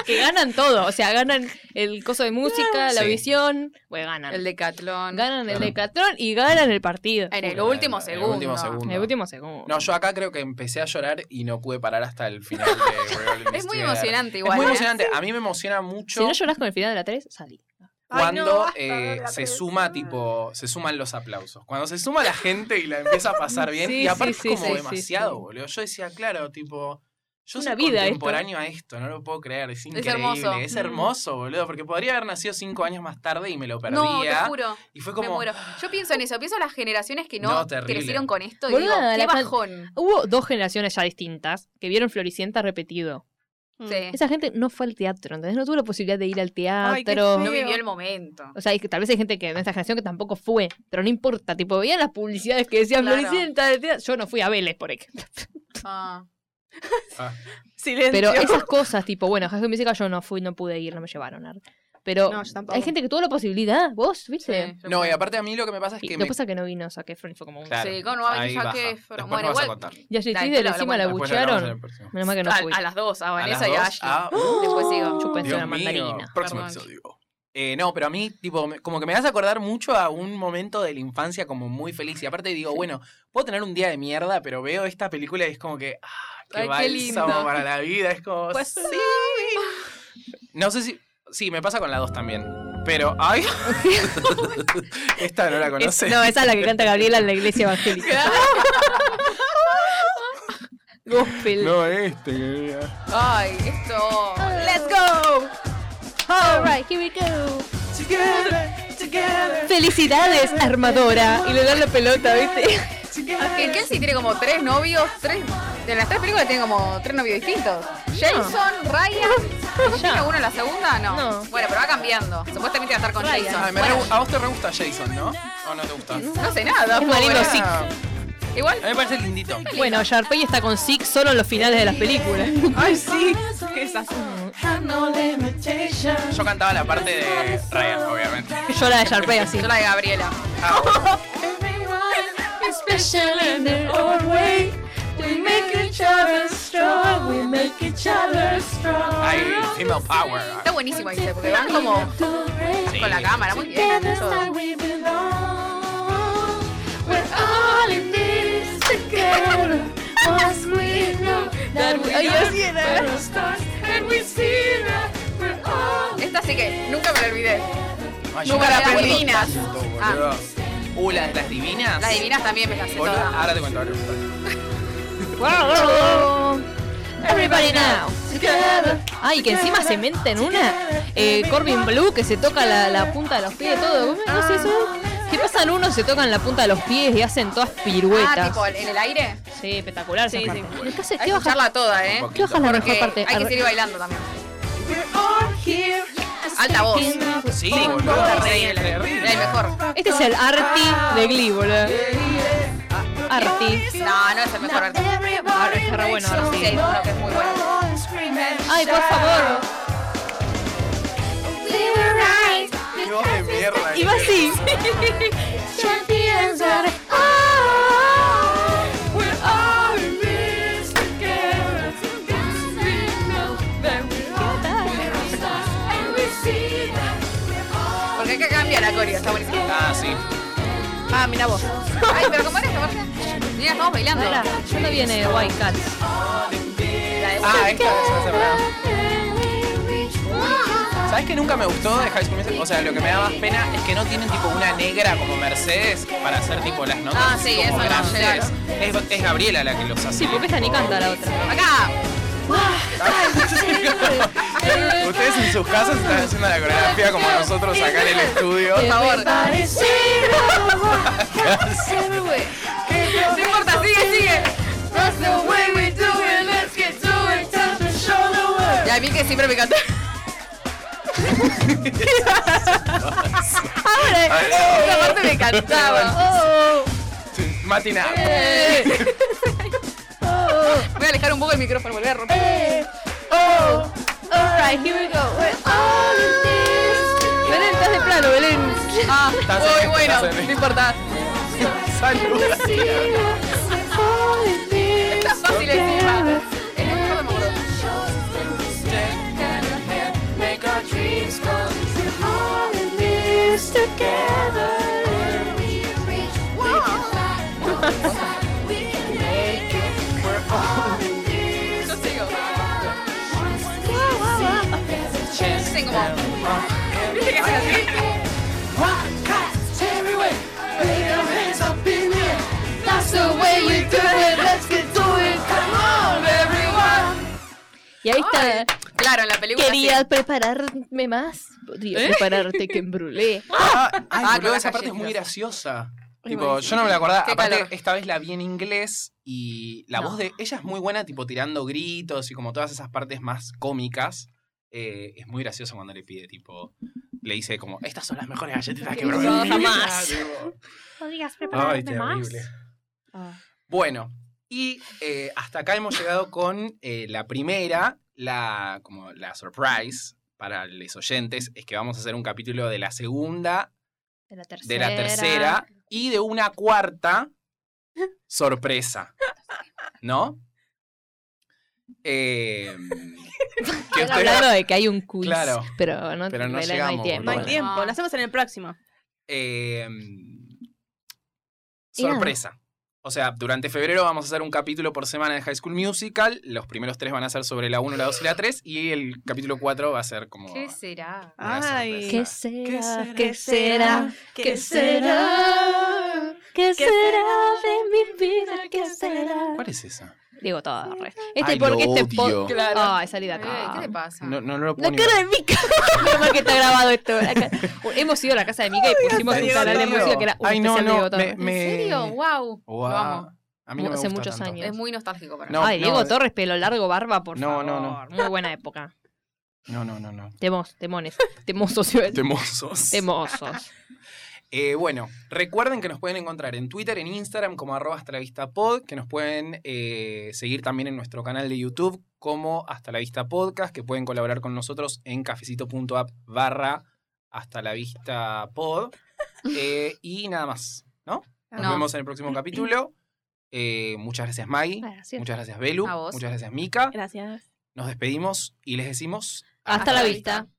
Que ganan todo. O sea, ganan el coso de música, la
Sí.
visión. Bueno, ganan.
El decatlón.
Ganan el
Claro.
decatrón y ganan el partido.
En el
Uy,
último
en el
segundo.
último segundo.
En el último segundo.
No, yo acá creo que empecé a llorar y no pude parar hasta el final de Revolving
Es muy
Steamer.
emocionante
Es
igual.
muy
¿eh?
emocionante. A mí me emociona
si
mucho.
no lloras con el final de la 3, salí.
Ay, no,
cuando
basta,
eh,
la
se
presión.
suma tipo se suman los aplausos cuando se suma la gente y la empieza a pasar bien
Sí,
y aparte
sí, sí,
es como
sí, sí,
demasiado
sí.
boludo yo decía claro tipo yo
Una
soy
vida esto.
contemporáneo a esto no lo puedo creer es increíble
hermoso.
es hermoso, boludo porque podría haber nacido cinco años más tarde y me lo perdía
No, te juro.
y fue
Me
como
muero. Yo pienso en eso, pienso en las generaciones que no,
No, terrible.
crecieron con esto y
Boluda,
digo, qué
la cual-
bajón.
Hubo dos generaciones ya distintas que vieron Floricienta repetido.
Sí.
Esa gente no fue al teatro, ¿entendés? No tuvo la posibilidad de ir al
Ay, qué
teatro.
No
feo.
vivió el momento.
o sea, y que tal vez hay gente que de esta generación que tampoco fue, pero no importa. Tipo, veían las publicidades que decían
Claro.
Floricienta. de teatro. Yo no fui a Vélez, por ejemplo.
Ah.
ah,
Silencio.
Pero esas cosas, tipo, bueno, High School Musical yo no fui, no pude ir, no me llevaron. ar. Pero
No, yo tampoco.
hay gente que tuvo la posibilidad, vos,
Sí,
¿viste?
yo
no y
creo.
aparte a mí lo que me pasa es
Y
que
lo
me
que pasa es que no vino Zac Efron y fue como un...
claro,
Sí, ¿cómo no va a venir
ahí
Zac
baja.
Efron?
después
Bueno,
no vas a
igual-
contar
Y a Ashley
Dale,
Tisdale
lo- lo
encima la
Después lo hablamos en
buchearon.
el próximo.
Menos mal que no
a,
fui.
a las dos, a
A las
Vanessa y a
dos,
Ashley.
ah,
Después sigo.
Chúpense
Dios
una
mío,
mandarina.
Próximo
Perdón.
episodio. Eh, no, pero a mí, tipo, me- como que me hace acordar mucho a un momento de la infancia como muy feliz. Y aparte digo, bueno, puedo tener un día de mierda, pero veo esta película y es como que, ah, qué
Ay, qué
bálsamo
lindo. Pues
para la vida. Es como, sí. No sé si, sí, me pasa con la 2 también. Pero, ay, esta no la
Es-
conoces.
no, esa es la que canta Gabriela en la iglesia evangélica. Gospel.
No, este. que-
Ay, esto.
Let's go. All right, here we go. Felicidades, armadora. Y le dan la pelota, ¿viste?
Que Kelsey tiene como tres novios, tres. De las tres películas tiene como tres novios distintos. Jason, Ryan. ¿Tiene uno en la segunda? No.
No.
Bueno, pero va cambiando. Supuestamente va a estar con
Ryan.
Ay,
Jason.
Ah, me
Bueno,
re- a vos te re gusta Jason, ¿no? ¿O no te gusta?
no sé nada.
Es marino,
pobre.
sí.
Ah,
Igual.
a mí me parece lindito.
Bueno, Sharpay está con Six solo en los finales de las películas.
Ay, sí. Esas.
Yo cantaba la parte de Ryan, obviamente.
Yo la de Sharpay así.
Yo la de Gabriela.
Special in their own way. We make each other strong. We make each other strong.
Ay, female power.
Está buenísimo ahí, porque van como
Sí.
con la cámara, muy bien.
Together's
todo.
where we belong. We're all in this together. Once we know that we
Ay,
are
Dios.
we're stars and we see that we're all
Esta sí que nunca me la olvidé.
Ay,
Nunca
me
las
acuerdo
divinas.
tanto, boludo.
Ah.
Uh, las de las divinas.
Las divinas también me las sé
Boludo,
todas.
ahora te cuento. ahora te cuento.
Everybody now. Ay, que encima se menta en una. eh, Corbin Blue que se toca la, la punta de los pies, todo. ¿Cómo es eso? ¿Qué pasan unos se tocan la punta de los pies y hacen todas
Ah,
piruetas?
tipo, en el aire.
Sí, espectacular.
Sí,
esa
sí.
parte. Lo que hace-
Hay
¿Qué
que
bajas,
escucharla toda, ¿eh?
Un poquito.
qué bajas la mejor
Porque
parte?
hay que
Arre-
seguir bailando también. Alta voz.
Sí,
Sí,
boludo.
está Increíble. Era el mejor.
Este es el Arti de Glee, boludo. Arti.
No, no es el mejor artista.
Ahora está re bueno, ahora
Sí, hay
sí.
uno que es muy bueno.
Ay, por favor. Y va
este.
así.
Oh,
Porque hay que cambiar la coreo, está buenísimo.
Ah, sí.
Ah, mira vos. Ay, pero ¿cómo eres, Marcia? Mira, estamos bailando.
Pará, ¿Dónde viene White Cat? Ah,
La de-
Ah, esta es esa verdad. ¿Sabes que nunca me gustó de High School Musical? O sea, lo que me da más pena es que no tienen tipo una negra como Mercedes para hacer tipo las notas
Ah, sí,
así como
eso no,
grandes.
llegaron.
es, es Gabriela la que los hace.
Sí, porque esta ni
tipo-
canta la otra.
Acá.
Ustedes en sus casas están haciendo la coreografía como nosotros acá en el estudio.
Por favor. No importa, sigue, sigue. Y a mí que siempre me encanta.
Ay,
Esa parte me encantaba.
Matinal.
Voy a alejar un poco el micrófono, volver a romper.
Belén, estás de plano, Belén.
Ah,
Estás
muy
en-
bueno,
estás en-
no importa.
Saluda.
Está fácil encima. En un solo modo. Yo sigo. Tengo como. ¿Viste que hacen así?
Y ahí está.
Claro, en la película.
Quería
sí.
prepararme más. Podría prepararte que embrulé.
Ah,
Ah,
Ay,
con
boludo,
la
esa parte es
calle,
muy
claro.
graciosa.
Muy
Tipo,
buenísimo.
yo no me la acordaba.
Qué
Aparte,
calor.
esta vez la vi en inglés y la
No.
voz de ella es muy buena, tipo tirando gritos y como todas esas partes más cómicas. Eh, es muy gracioso cuando le pide, tipo, le dice como, estas son las mejores galletitas que
No,
probé en mi vida",
jamás.
tipo.
Podrías
Ay,
prepararme más.
terrible.
Ah.
Bueno, y eh, hasta acá hemos llegado con eh, la primera, la, como la surprise para los oyentes, es que vamos a hacer un capítulo de la segunda
De la tercera.
de la tercera y de una cuarta sorpresa. ¿No? Eh, que
Están
ustedes-
hablando de que hay un quiz.
Claro.
Pero no,
Pero no
Belén,
llegamos,
no hay tiempo.
No hay
Bueno.
tiempo, lo hacemos en el próximo.
eh, sorpresa. O sea, durante febrero vamos a hacer un capítulo por semana de High School Musical. Los primeros tres van a ser sobre la 1, la 2 y la 3. Y el capítulo 4 va a ser como...
¿Qué será?
una
Ay.
sorpresa.
¿Qué será? ¿Qué será?
¿Qué
¿Qué
será
de mi vida? ¿Qué será?
¿Cuál es esa?
Digo todo. el resto. Este
Ay,
porque
lo
este es
odio.
Claro.
Ay, salí de
Eh,
acá.
¿Qué te pasa?
No, no, no lo puedo
La
ni
cara
ver.
de Mika. Menos mal que está grabado esto. La cara- Hemos ido a la casa de Mika y pusimos un
¿En
canal de
serio?
música que era un
Ay, no,
especial de
no,
Diego Torres.
me-
¿En serio? ¡Wow!
Guau.
Lo amo.
A mí no me
Hace
gusta
muchos
tanto.
años.
Es muy nostálgico para mí.
No,
Ay, Diego
de-
Torres, pelo largo, barba, por
No,
favor.
no, no.
Muy buena época.
No, no, no, no.
Temos, temones. Temosos. iba a decir.
Temosos.
Temosos.
Eh, bueno, recuerden que nos pueden encontrar en Twitter, en Instagram como arroba hasta la vista pod, que nos pueden eh, seguir también en nuestro canal de YouTube como hasta la vista podcast, que pueden colaborar con nosotros en cafecito.app barra hasta la vista pod. Eh, y nada más, ¿no? Nos
No.
vemos en el próximo capítulo. Eh, muchas gracias Maggie,
Gracias.
muchas gracias Belu,
A vos.
muchas gracias Mika.
Gracias.
Nos despedimos y les decimos
Hasta, la vista.